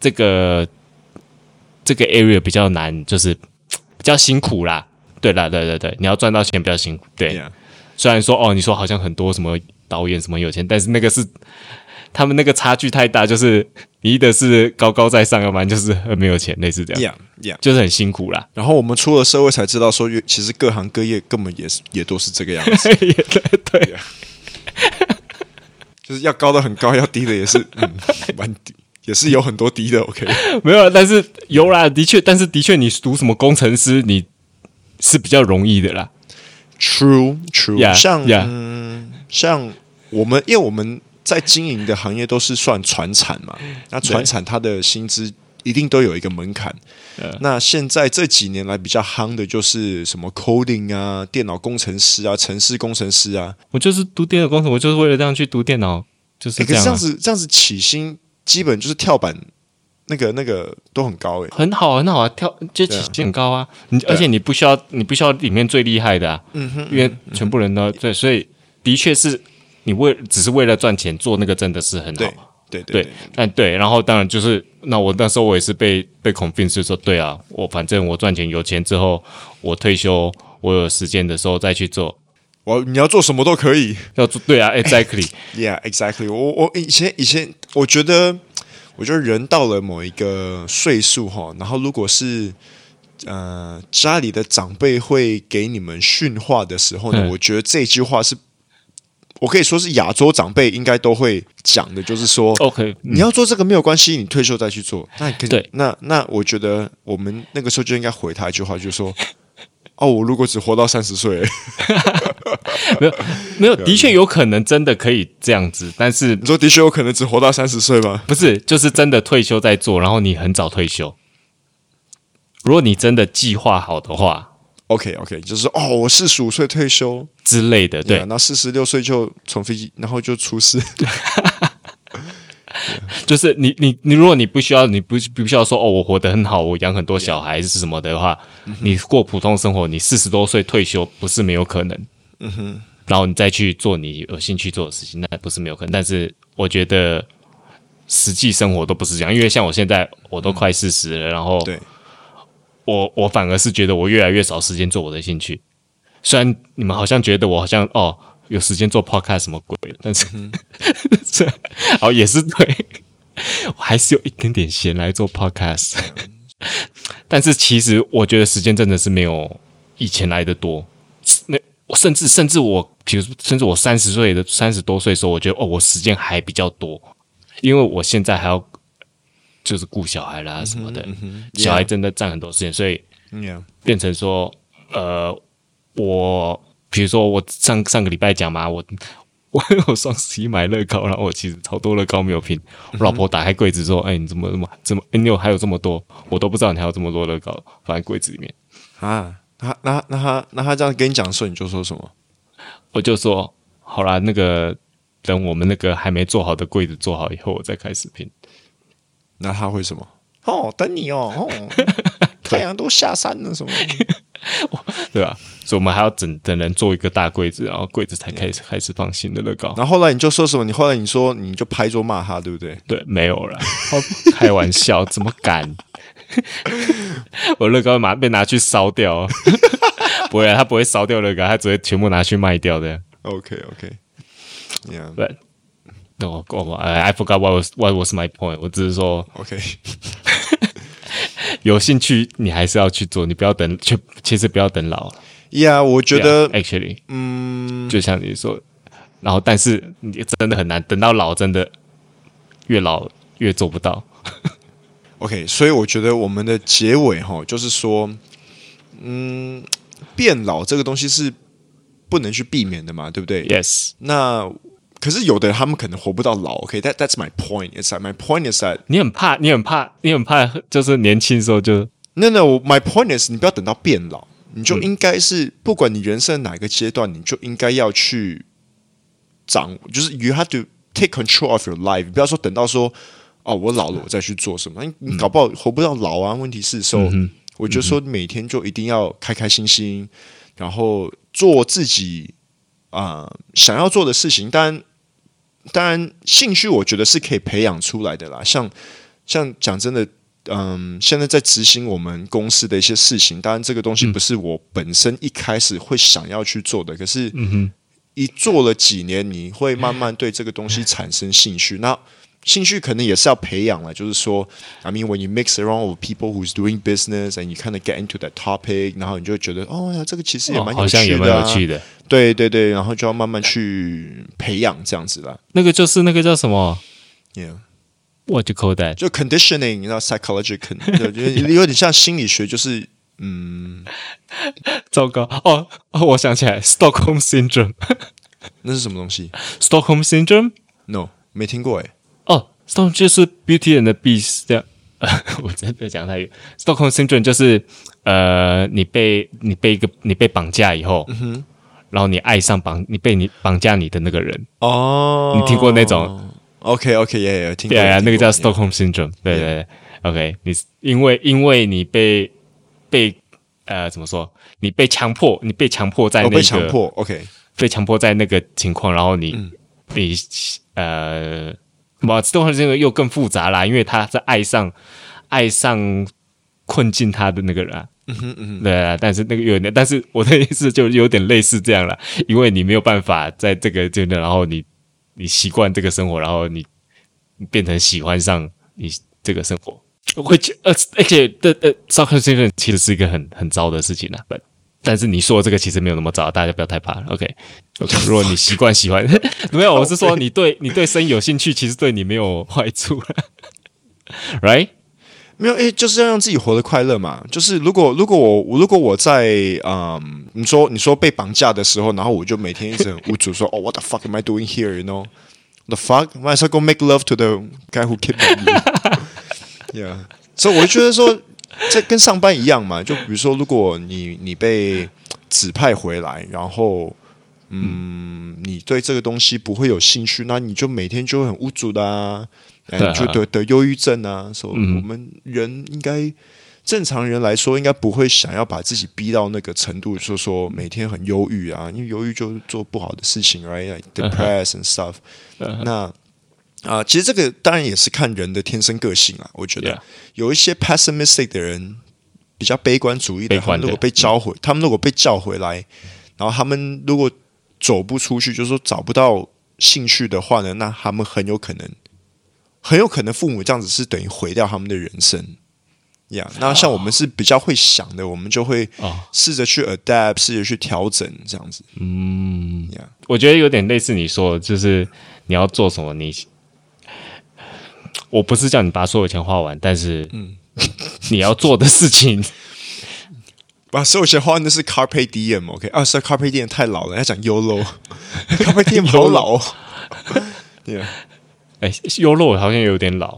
[SPEAKER 2] 这个这个 area 比较难，就是比较辛苦啦。对啦，对对对，你要赚到钱比较辛苦。对
[SPEAKER 1] Yeah
[SPEAKER 2] 虽然说哦，你说好像很多什么导演什么有钱，但是那个是他们那个差距太大，就是你一的是高高在上，要不然就是很没有钱，类似这样
[SPEAKER 1] Yeah Yeah，
[SPEAKER 2] 就是很辛苦啦。
[SPEAKER 1] 然后我们出了社会才知道说，其实各行各业根本也是也都是这个样 子，
[SPEAKER 2] 对对，
[SPEAKER 1] 就是要高的很高，要低的也是嗯，蛮低。也是有很多低的。OK，
[SPEAKER 2] 没有，但是有啦，的确，但是的确，你读什么工程师，你是比较容易的啦。
[SPEAKER 1] True, true.
[SPEAKER 2] Yeah,
[SPEAKER 1] 像
[SPEAKER 2] yeah.
[SPEAKER 1] 嗯，像我们，因为我们在经营的行业都是算传产嘛，
[SPEAKER 2] 嗯
[SPEAKER 1] 那传产它的薪资一定都有一个门槛。那现在这几年来比较夯的就是什么 coding 啊、电脑工程师啊、城市工程师啊。
[SPEAKER 2] 我就是读电脑工程，我就是为了这样去读电脑，就是
[SPEAKER 1] 诶
[SPEAKER 2] 这
[SPEAKER 1] 哎可是
[SPEAKER 2] 样,、啊
[SPEAKER 1] 这样子，这样子起薪基本就是跳板，那个那个都很高诶、
[SPEAKER 2] 很好，很好啊，跳就起
[SPEAKER 1] 对啊
[SPEAKER 2] 薪很高啊。你
[SPEAKER 1] 啊
[SPEAKER 2] 而且你不需要，你不需要里面最厉害的啊，
[SPEAKER 1] 嗯哼，
[SPEAKER 2] 因为全部人都对，所以的确是你为只是为了赚钱做那个真的是很好
[SPEAKER 1] 对。对对
[SPEAKER 2] 哦对，但对，然后当然就是，那我那时候我也是被被 convince 就说，对啊，我反正我赚钱有钱之后，我退休，我有时间的时候再去做，
[SPEAKER 1] 我你要做什么都可以。
[SPEAKER 2] 要做对啊，exactly，
[SPEAKER 1] Yeah, exactly 我。我我以前以前，我觉得，我觉得人到了某一个岁数哈，然后如果是呃家里的长辈会给你们训话的时候呢，
[SPEAKER 2] 嗯
[SPEAKER 1] 我觉得这句话是，我可以说是亚洲长辈应该都会讲的，就是说。
[SPEAKER 2] OK，
[SPEAKER 1] 你要做这个没有关系，你退休再去做。那你可以
[SPEAKER 2] 对
[SPEAKER 1] 那那我觉得我们那个时候就应该回他一句话，就是说，哦，我如果只活到三十岁，
[SPEAKER 2] 没
[SPEAKER 1] 啊
[SPEAKER 2] 有，的确有可能真的可以这样子，但是
[SPEAKER 1] 你说的确有可能只活到三十岁吗？
[SPEAKER 2] 不是就是真的退休再做，然后你很早退休。如果你真的计划好的话
[SPEAKER 1] OK OK，就是哦，我四十五岁退休，
[SPEAKER 2] 之类的，对
[SPEAKER 1] 啊，那四十六岁就从飞机，然后就出事。
[SPEAKER 2] 就是你你你，如果你不需要，你不不需要说哦，我活得很好，我养很多小孩是什么的话，你过普通生活，你四十多岁退休不是没有可能。嗯哼，然后你再去做你有兴趣做的事情，那不是没有可能。但是我觉得实际生活都不是这样，因为像我现在我都快四十了，然后
[SPEAKER 1] 对
[SPEAKER 2] 我我反而是觉得我越来越少时间做我的兴趣。虽然你们好像觉得我好像哦有时间做 podcast 什么鬼的，但是、这 哦也是对，我还是有一点点闲来做 podcast。但是其实我觉得时间真的是没有以前来的多。那我甚至甚至我，比如说甚至我三十岁的三十多岁的时候，我觉得哦我时间还比较多，因为我现在还要就是顾小孩啦什么的，小孩真的占很多时间，所以
[SPEAKER 1] ，Yeah，
[SPEAKER 2] 变成说，呃，我比如说我上上个礼拜讲嘛，我我我双十一买乐高，然后我其实超多乐高没有拼，我老婆打开柜子说：“哎、你怎么这么怎么、哎你有还有这么多？我都不知道你还有这么多乐高放在柜子里面。
[SPEAKER 1] 啊，那那那他那他这样跟你讲的时候，你就说什么？”
[SPEAKER 2] 我就说：“好啦，那个等我们那个还没做好的柜子做好以后，我再开始拼。
[SPEAKER 1] 那他会什么？哦，等你哦，哦， 太阳都下山了，什么？”
[SPEAKER 2] 对吧？所以我们还要等等人做一个大柜子，然后柜子才开始开始放新的乐高。
[SPEAKER 1] 然后后来你就说什么？你后来你说你就拍桌骂他，对不对？
[SPEAKER 2] 对，没有了，哦开玩笑，怎么敢？ 我乐高马被拿去烧掉、 哦，不会啊，他不会烧掉乐高，他只会全部拿去卖掉的。
[SPEAKER 1] OK OK，yeah
[SPEAKER 2] 对，那我我呃 I forgot what was what was my point，我只是说
[SPEAKER 1] OK，
[SPEAKER 2] 有兴趣你还是要去做，你不要等，其其实不要等老。
[SPEAKER 1] yeah，我觉得
[SPEAKER 2] Yeah, actually，
[SPEAKER 1] 嗯，
[SPEAKER 2] 就像你说，然后但是你真的很难等到老，真的越老越做不到。
[SPEAKER 1] OK，所以我觉得我们的结尾哈，就是说，嗯，变老这个东西是不能去避免的嘛，对不对
[SPEAKER 2] Yes。
[SPEAKER 1] 那可是有的人他们可能活不到老，OK，that、that's my point。It's like my point is that
[SPEAKER 2] 你很怕，你很怕，你很怕，就是年轻的时候就
[SPEAKER 1] no no my point is 你不要等到变老，你就应该是、不管你人生哪个阶段，你就应该要去掌，就是 you have to take control of your life。不要说等到说哦我老了我再去做什么，你你搞不好活不到老啊。问题是说，我就说每天就一定要开开心心，然后做自己啊、呃想要做的事情。当然，当然兴趣我觉得是可以培养出来的啦，像。像讲真的，嗯，现在在执行我们公司的一些事情，当然这个东西
[SPEAKER 2] 嗯
[SPEAKER 1] 不是我本身一开始会想要去做的，可是，
[SPEAKER 2] 嗯
[SPEAKER 1] 一做了几年，你会慢慢对这个东西产生兴趣。那兴趣可能也是要培养了，就是说，I mean when you mix around with people who's doing business and you kind of get into that topic，然后你就会觉得，哦呀，这个其实也蛮
[SPEAKER 2] 哦好
[SPEAKER 1] 有趣的、
[SPEAKER 2] 像
[SPEAKER 1] 啊
[SPEAKER 2] 也蛮有趣的。
[SPEAKER 1] 对对对，然后就要慢慢去培养这样子啦。
[SPEAKER 2] 那个就是那个叫什么
[SPEAKER 1] Yeah，
[SPEAKER 2] What do you call that？
[SPEAKER 1] 就 conditioning，你知道 psychology，con, 对，就是有点像心理学，就是嗯，
[SPEAKER 2] 糟糕哦哦，我想起来，Stockholm syndrome。
[SPEAKER 1] 那是什么东西
[SPEAKER 2] Stockholm syndrome？
[SPEAKER 1] ？No，没听过哎、
[SPEAKER 2] 哦，Stockholm 就是 Beauty and the Beast 这样。 我真的讲太远。Stockholm syndrome 就是呃，你被你被一个你被绑架以
[SPEAKER 1] 嗯
[SPEAKER 2] 后，然后你爱上绑你被你绑架你的那个人，
[SPEAKER 1] 哦，
[SPEAKER 2] 你听过那种
[SPEAKER 1] ？OK OK，也、yeah, yeah, 听过，
[SPEAKER 2] 对啊，
[SPEAKER 1] 听
[SPEAKER 2] 那个叫
[SPEAKER 1] 过
[SPEAKER 2] Stockholm syndrome，对对对，OK，你因为因为你被被呃怎么说？你被强迫，你被强迫在
[SPEAKER 1] 哦
[SPEAKER 2] 那个
[SPEAKER 1] 被强迫，OK，嗯
[SPEAKER 2] 被强迫在那个情况，然后你、你呃，哇，这段这个又更复杂啦，因为他在爱上爱上困境他的那个人、啊。嗯哼嗯哼，对啊，但是那个有点，但是我的意思就有点类似这样啦，因为你没有办法在这个就那，然后你你习惯这个生活，然后你你变成喜欢上你这个生活，会觉呃，而且的呃，上课这个其实是一个很很糟的事情啊，但但是你说的这个其实没有那么糟，大家不要太怕了。OK，, o k 如果你习惯喜欢， 没有，我是说你对你对生意有兴趣，其实对你没有坏处啊 ，right？
[SPEAKER 1] 没有，诶，就是要让自己活得快乐嘛。就是如果如果我如果我在嗯，你说你说被绑架的时候，然后我就每天一直很无助说，哦，what the fuck am I doing here？You know the fuck might as well go make love to the guy who kidnapped you。yeah，所以我就觉得说，这跟上班一样嘛。就 比如说，如果你你被指派回来，然后。嗯，你对这个东西不会有兴趣，那你就每天就会很无助的啊，哎
[SPEAKER 2] 对啊嗯
[SPEAKER 1] 就得得忧郁症啊，所以我们人应该正常人来说，应该不会想要把自己逼到那个程度，说说每天很忧郁啊，因为忧郁就做不好的事情，right？depress
[SPEAKER 2] Uh-huh
[SPEAKER 1] and stuff。那啊、其实这个当然也是看人的天生个性啊，我觉得
[SPEAKER 2] Yeah
[SPEAKER 1] 有一些 pessimistic 的人，比较悲观主义的，
[SPEAKER 2] 悲
[SPEAKER 1] 他
[SPEAKER 2] 观
[SPEAKER 1] 们
[SPEAKER 2] 的嗯
[SPEAKER 1] 如果被教回，他们如果被叫回来，然后他们如果走不出去，就是说找不到兴趣的话呢，那他们很有可能，很有可能父母这样子是等于毁掉他们的人生。呀、
[SPEAKER 2] 啊
[SPEAKER 1] 那像我们是比较会想的，我们就会
[SPEAKER 2] 哦
[SPEAKER 1] 试着去 adapt，试着去调整这样子。
[SPEAKER 2] 嗯
[SPEAKER 1] Yeah
[SPEAKER 2] 我觉得有点类似你说的，就是你要做什么，你我不是叫你把所有钱花完，但是嗯， 你要做的事 情，
[SPEAKER 1] 把所有钱花的是 carpe diem，OK？、啊，是 carpe diem 太老了，要讲 YOLO，carpe diem 好老哦。yeah，
[SPEAKER 2] 哎，优乐好像有点老，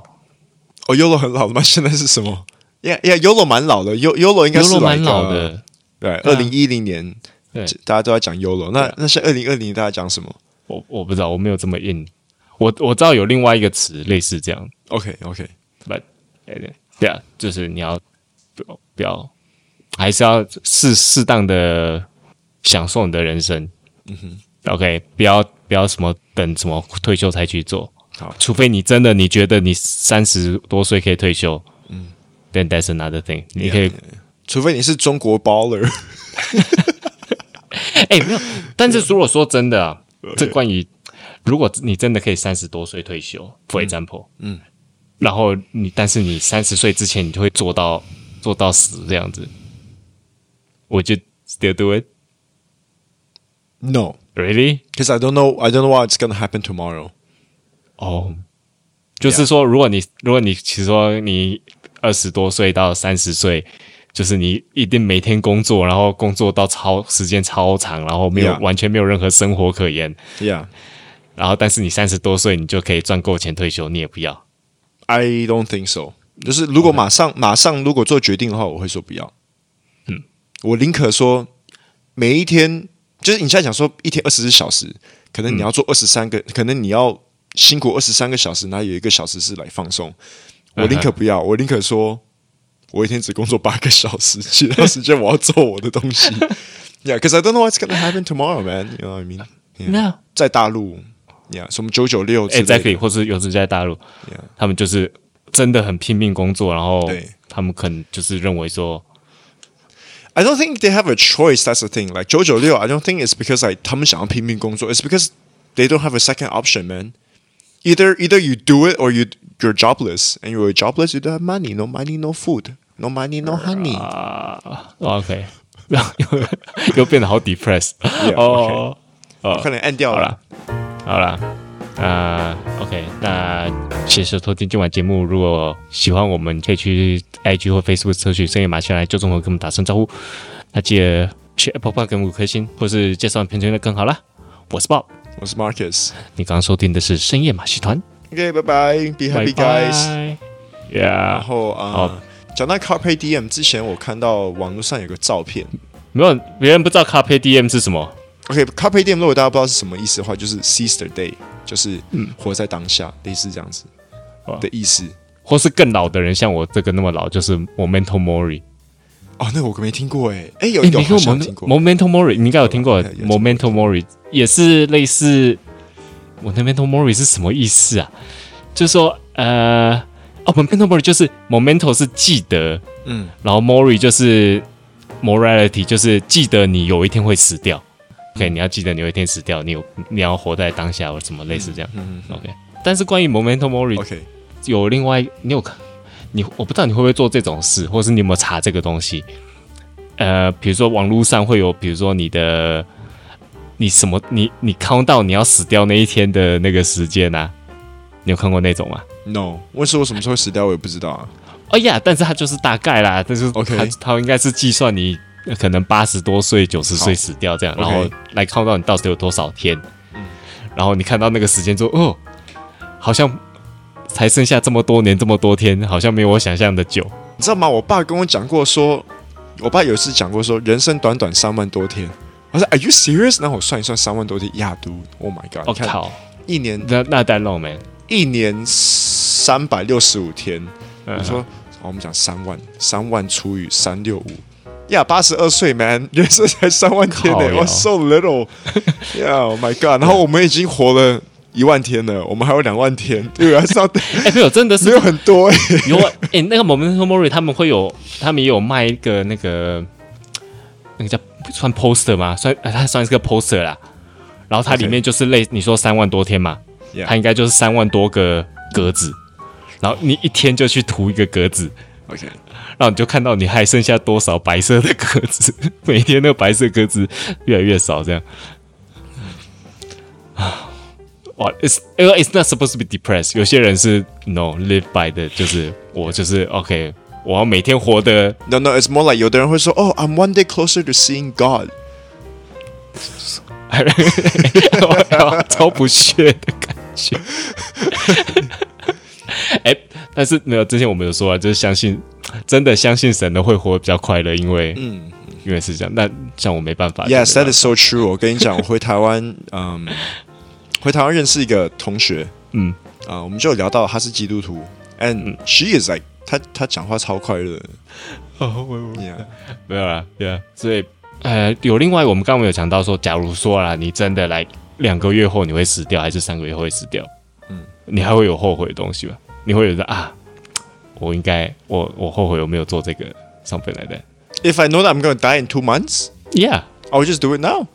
[SPEAKER 1] 哦，YOLO 很老了吗？现在是什么？Yeah，Yeah，YOLO 蛮老的，Yo YOLO 应该
[SPEAKER 2] 优
[SPEAKER 1] 是
[SPEAKER 2] 乐蛮
[SPEAKER 1] like,
[SPEAKER 2] 老
[SPEAKER 1] 呃
[SPEAKER 2] 的。
[SPEAKER 1] 对，二零一零年，
[SPEAKER 2] 对
[SPEAKER 1] 大家都在讲 YOLO。那那是二零二零，大家讲什么
[SPEAKER 2] 我我不知道，我没有这么硬。我我知道有另外一个词类似这样
[SPEAKER 1] ？OK，OK，
[SPEAKER 2] ，but 哎对对啊，就是你要不要不要，还是要适适当的享受你的人生。嗯哼，OK，不要不要什么等什么退休才去做，
[SPEAKER 1] 好
[SPEAKER 2] 除非你真的你觉得你三十多岁可以退休，嗯，then that's another thing，你可以
[SPEAKER 1] 除非你是中国 baller，
[SPEAKER 2] 哎、没有，但是如果说真的啊，这
[SPEAKER 1] Okay
[SPEAKER 2] 关于如果你真的可以三十多岁退休，for example，嗯，然后你但是你三十岁之前你就会做到做到死这样子，我就 still do it
[SPEAKER 1] No,
[SPEAKER 2] really
[SPEAKER 1] because I don't know, I don't know what it's gonna happen tomorrow.
[SPEAKER 2] 哦、就是说如果你如果你其实说你二十多岁到三十岁。就是你一定每天工作，然后工作到超时间超长，然后没有
[SPEAKER 1] Yeah
[SPEAKER 2] 完全没有任何生活可言，
[SPEAKER 1] Yeah,
[SPEAKER 2] 然后但是你三十多岁你就可以赚够钱退休，你也不要。
[SPEAKER 1] I don't think so。就是如果马上马上如果做决定的话，我会说不要。嗯，我宁可说每一天，就是你现在讲说一天二十四小时，可能你要做二十三个，可能你要辛苦二十三个小时，然后有一个小时是来放松。我宁可不要，我宁可说，我一天只工作八个小时，其他时间我要做我的东西。Yeah, because I don't know what's gonna happen tomorrow, man. You know what I mean? Yeah.
[SPEAKER 2] No
[SPEAKER 1] 在大陆，Yeah，什么九九六之类的
[SPEAKER 2] exactly，或是有时在大陆
[SPEAKER 1] Yeah
[SPEAKER 2] 他们就是真的很拼命工作，然后
[SPEAKER 1] 对
[SPEAKER 2] 他们可能就是认为说，
[SPEAKER 1] I don't think they have a choice. That's the thing. Like 996, I don't think it's because like 他们想要拼命工作. It's because they don't have a second option, man. Either either you do it or you you're jobless, and you're jobless, you don't have money. No money, no food. No money, no honey.
[SPEAKER 2] 啊、o k 然后 又又变得好 depressed，
[SPEAKER 1] Yeah，
[SPEAKER 2] 哦，
[SPEAKER 1] 快点按掉
[SPEAKER 2] 好
[SPEAKER 1] 了
[SPEAKER 2] 啦。好啦，那啊 OK，那谢谢收听今晚节目。如果喜欢我们，可以去 IG 或 Facebook 搜取“深夜马戏来”，就综合跟我们打声招呼。那记得去 Apple Park 给我们五颗星，或是介绍我们片圈的更好啦。我是 Bob，
[SPEAKER 1] 我是 Marcus。
[SPEAKER 2] 你刚刚收听的是深夜马戏团
[SPEAKER 1] OK，拜拜，Be happy guys。
[SPEAKER 2] 拜拜
[SPEAKER 1] 然
[SPEAKER 2] Yeah，
[SPEAKER 1] 后啊
[SPEAKER 2] 好，
[SPEAKER 1] 讲到 Carpe Diem 之前，我看到网络上有个照片。
[SPEAKER 2] 没有别人不知道咖啡 DM 是什么。
[SPEAKER 1] OK，Carpe Diem 如果大家不知道是什么意思的话，就是 Seize the Day，就是活在当下，类似这样子
[SPEAKER 2] 哇
[SPEAKER 1] 的意思。
[SPEAKER 2] 或是更老的人，像我这个那么老，就是 Momento Mori。
[SPEAKER 1] 哦，那我没听过哎，哎有
[SPEAKER 2] 诶
[SPEAKER 1] 有
[SPEAKER 2] 你
[SPEAKER 1] 好
[SPEAKER 2] 听
[SPEAKER 1] 像有
[SPEAKER 2] 过
[SPEAKER 1] 听
[SPEAKER 2] Momento
[SPEAKER 1] 过，
[SPEAKER 2] Momento Mori？你应该有听过
[SPEAKER 1] 有有有
[SPEAKER 2] Momento Mori，也是类似。我那 Momento Mori 是什么意思啊？就是说，呃，哦，Momento Mori 就是 Momento 是记得，
[SPEAKER 1] 嗯，
[SPEAKER 2] 然后 Mori 就是 morality，就是记得你有一天会死掉。OK，你要记得你有一天死掉，你有你要活在当下，或什么类似这样。
[SPEAKER 1] 嗯
[SPEAKER 2] OK，但是关于 Momento Mori
[SPEAKER 1] ，OK，
[SPEAKER 2] 有另外，你有看你，我不知道你会不会做这种事，或是你有没有查这个东西？呃，比如说网络上会有，比如说你的，你什么，你你 count 到你要死掉那一天的那个时间啊，你有看过那种吗？
[SPEAKER 1] No，我是我什么时候死掉我也不知道啊。
[SPEAKER 2] 哦呀，但是它就是大概啦，但是它
[SPEAKER 1] OK
[SPEAKER 2] 它应该是计算你呃可能八十多岁、九十岁死掉这样，然后
[SPEAKER 1] OK 嗯
[SPEAKER 2] 来 count 到你到底有多少天，然后你看到那个时间说，哦，好像才剩下这么多年、这么多天，好像没有我想象的久。
[SPEAKER 1] 你知道吗？我爸跟我讲过说，我爸有一次讲过说，人生短短三万多天。我说 Are you serious？然后我算一算，三万多天亚都，Oh my god！
[SPEAKER 2] 我、
[SPEAKER 1] 你看
[SPEAKER 2] 哦靠，
[SPEAKER 1] 一年
[SPEAKER 2] 那那当然 我们
[SPEAKER 1] 一年三百六十五天，
[SPEAKER 2] 嗯
[SPEAKER 1] 你说、哦我们讲三万，三万除以三六五。呀，八十二岁，man，人 生才三万天呢、
[SPEAKER 2] 靠
[SPEAKER 1] 欸，
[SPEAKER 2] 呀
[SPEAKER 1] 哇，so little，yeah，oh my god，然后我们已经活了一万天了，我们还有两万天， 对啊还是要
[SPEAKER 2] 哎、没有，真的是
[SPEAKER 1] 没有很 多哎、
[SPEAKER 2] 有啊，哎、那个 Momento Mori 他们会有，他们也有卖一个那个那个叫算 poster 吗？算呃它算是个 poster 啦。然后它
[SPEAKER 1] OK
[SPEAKER 2] 里面就是类你说三万多天嘛
[SPEAKER 1] Yeah
[SPEAKER 2] 它应该就是三万多个格子，然后你一天就去涂一个格子，
[SPEAKER 1] OK，
[SPEAKER 2] 然后你就看到你还剩下多少白色的格子，每天那个白色格子越来越少，这样。哇，it's it's not supposed to be depressed。有些人是 no live by 的，就是我就是 OK，我要每天活的
[SPEAKER 1] No, no, it's more like 有的人会说，哦、i m one day closer to seeing God。
[SPEAKER 2] 超不屑的感觉。哎、但是没有，之前我们有说啊，就是相信真的相信神的会活得比较快乐，因为嗯，因为是这样。那像我没办法
[SPEAKER 1] Yes,
[SPEAKER 2] 就没办
[SPEAKER 1] that is so true。我跟你讲，我回台湾，嗯，回台湾认识一个同学，
[SPEAKER 2] 嗯，
[SPEAKER 1] 啊、我们就有聊到他是基督徒，and she is like 他他讲话超快乐的
[SPEAKER 2] 法哦我我
[SPEAKER 1] ，Yeah，
[SPEAKER 2] 没有啦，对啊，所以呃，有另外我们刚刚有讲到说，假如说啦，你真的来两个月后你会死掉，还是三个月后会死掉？嗯，你还会有后悔的东西吗？你会觉得啊，我应该我我后悔我没有做这个 something like that。
[SPEAKER 1] If I know that I'm going to die in two months,
[SPEAKER 2] Yeah,
[SPEAKER 1] I will just do it now.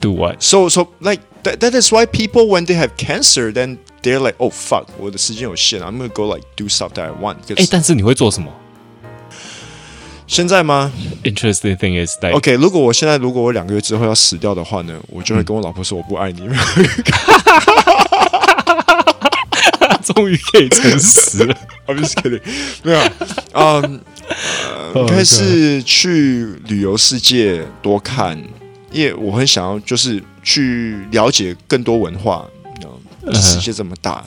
[SPEAKER 2] do what?
[SPEAKER 1] So, so like that, that is why people when they have cancer, then they're like, oh fuck，我的时间有限，I'm going to go like do stuff that I want.
[SPEAKER 2] 哎、
[SPEAKER 1] Because
[SPEAKER 2] 但是你会做什么
[SPEAKER 1] 现在吗？
[SPEAKER 2] ？Interesting thing is that
[SPEAKER 1] OK，如果我现在如果我两个月之后要死掉的话呢，我就会跟我老婆说我不爱你。
[SPEAKER 2] 终于可以诚实了。
[SPEAKER 1] I'm just kidding，没有，嗯，
[SPEAKER 2] 哦
[SPEAKER 1] 呃应该是去旅游世界多看，因为我很想要就是去了解更多文化。嗯，世界这么大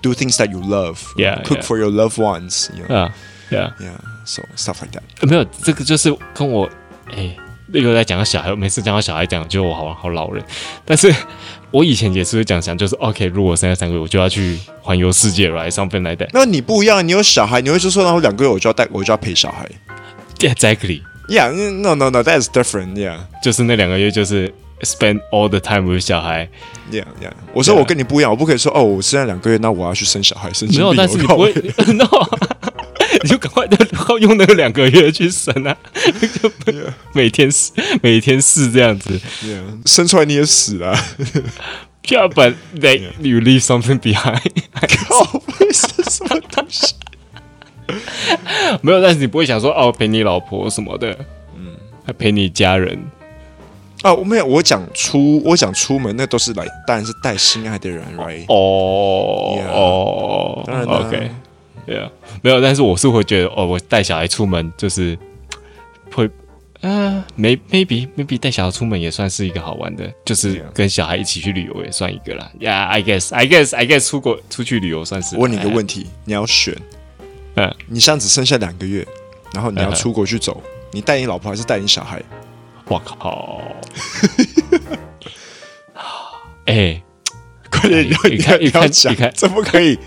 [SPEAKER 1] ，do things that you love,
[SPEAKER 2] Yeah,
[SPEAKER 1] cook
[SPEAKER 2] yeah.
[SPEAKER 1] for your loved ones, you know,
[SPEAKER 2] 啊，Yeah。
[SPEAKER 1] yeah, so stuff like that.
[SPEAKER 2] 呃没有，这个就是跟我哎，又在讲到小孩，每次讲到小孩讲，就我好好老人。但是我以前也是会讲想，就是 OK，如果我生下三个月，我就要去环游世界来上分来的。
[SPEAKER 1] 那你不一样，你有小孩，你会就说，然后两个月我就要带，我就要陪小孩。
[SPEAKER 2] Exactly，
[SPEAKER 1] Yeah, 嗯 no, no, no, that's different. Yeah.
[SPEAKER 2] 就是那两个月就是 spend all the time with 小孩。
[SPEAKER 1] Yeah, yeah. 我说
[SPEAKER 2] Yeah.
[SPEAKER 1] 我跟你不一样，我不可以说哦，我生了两个月，那我要去生小孩，生
[SPEAKER 2] 没有，但是你不会 ，no，你就赶快就用那个两个月去生啊，就不每天试，每天试这样子。
[SPEAKER 1] Yeah, 生出来你也死了。
[SPEAKER 2] Yeah, but they you leave something behind.
[SPEAKER 1] 靠，是什么东西？
[SPEAKER 2] 没有，但是你不会想说哦，陪你老婆什么的，嗯，还陪你家人。
[SPEAKER 1] 啊，我没有，我讲出我讲出门，那都是来，当然是带心爱的人，right？
[SPEAKER 2] 哦
[SPEAKER 1] Yeah
[SPEAKER 2] 哦，
[SPEAKER 1] 当然啊啦
[SPEAKER 2] o k 对啊，没有，但是我是会觉得，哦，我带小孩出门就是会，啊、没 maybe maybe 带小孩出门也算是一个好玩的，就是
[SPEAKER 1] Yeah
[SPEAKER 2] 跟小孩一起去旅游也算一个啦。Yeah，I guess，I guess，I guess 出国出去旅游算是。
[SPEAKER 1] 我问你一个
[SPEAKER 2] 哎
[SPEAKER 1] 问题，你要选，
[SPEAKER 2] 嗯，
[SPEAKER 1] 你现在只剩下两个月，然后你要
[SPEAKER 2] 嗯
[SPEAKER 1] 出国去走，你带你老婆还是带你小 孩？
[SPEAKER 2] 我靠！ 哎
[SPEAKER 1] 快点，你要
[SPEAKER 2] 你看
[SPEAKER 1] 你要
[SPEAKER 2] 你看
[SPEAKER 1] 讲
[SPEAKER 2] 你看，
[SPEAKER 1] 这不可以，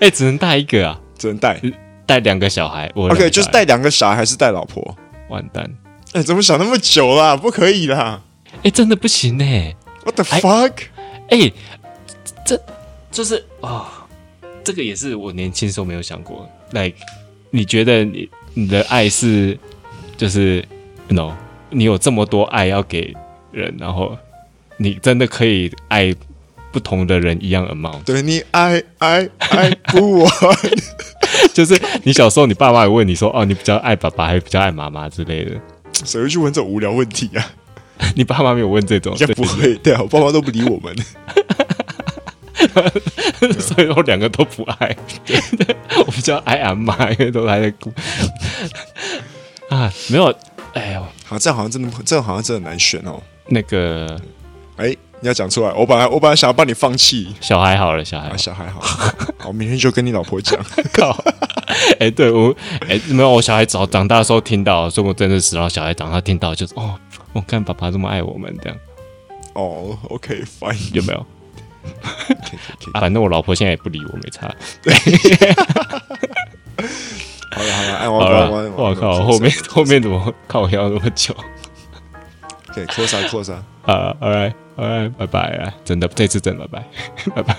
[SPEAKER 2] 哎、只能带一个啊，
[SPEAKER 1] 只能带。
[SPEAKER 2] 带两个小孩。我有两
[SPEAKER 1] OK，
[SPEAKER 2] 个小
[SPEAKER 1] 就是
[SPEAKER 2] 孩
[SPEAKER 1] 带两个小孩还是带老婆？
[SPEAKER 2] 完蛋。
[SPEAKER 1] 哎，怎么想那么久啦？不可以啦
[SPEAKER 2] 哎、真的不行呢、
[SPEAKER 1] ！What the
[SPEAKER 2] 哎
[SPEAKER 1] fuck？
[SPEAKER 2] 哎、这就是啊、这个也是我年轻时候没有想过。like，你觉得你你的爱是就是，no，你有这么多爱要给人，然后你真的可以爱不同的人一样 amount。
[SPEAKER 1] 对你爱爱爱不完，
[SPEAKER 2] 就是你小时候，你爸妈也问你说：“哦，你比较爱爸爸，还是比较爱妈妈之类的
[SPEAKER 1] 谁会去问这种无聊问题啊？？”
[SPEAKER 2] 你爸妈没有问这种，
[SPEAKER 1] 应该不会，对啊，我爸妈都不理我们。
[SPEAKER 2] 对啊所以我两个都不爱。 我比较爱俺妈，因为都还在哭 啊，没有，哎呦，
[SPEAKER 1] 好，这样好像真的，这样好像真的很难选哦。
[SPEAKER 2] 那个
[SPEAKER 1] 哎，你要讲出来，我本来我本来想要帮你放弃，
[SPEAKER 2] 小孩好了，小孩
[SPEAKER 1] 啊，小孩好，好，我明天就跟你老婆讲。
[SPEAKER 2] 靠， 哎、对我，哎、没有，我小孩早长大的时候听到，所以我真的是，然后小孩长大听到就是哦，我看爸爸这么爱我们，这样
[SPEAKER 1] 哦，OK，fine，
[SPEAKER 2] 有没有？
[SPEAKER 1] 可以可以可以
[SPEAKER 2] 啊，反正我老婆现在也不理我，没差。
[SPEAKER 1] 好了好了，哎，我
[SPEAKER 2] 好
[SPEAKER 1] 我
[SPEAKER 2] 了
[SPEAKER 1] 我，
[SPEAKER 2] 我靠，后面后面怎么靠腰那么久？
[SPEAKER 1] 可以 close 啊 close 啊。
[SPEAKER 2] 啊，All right，All right，拜拜啊，真的，这次真的拜拜，拜拜。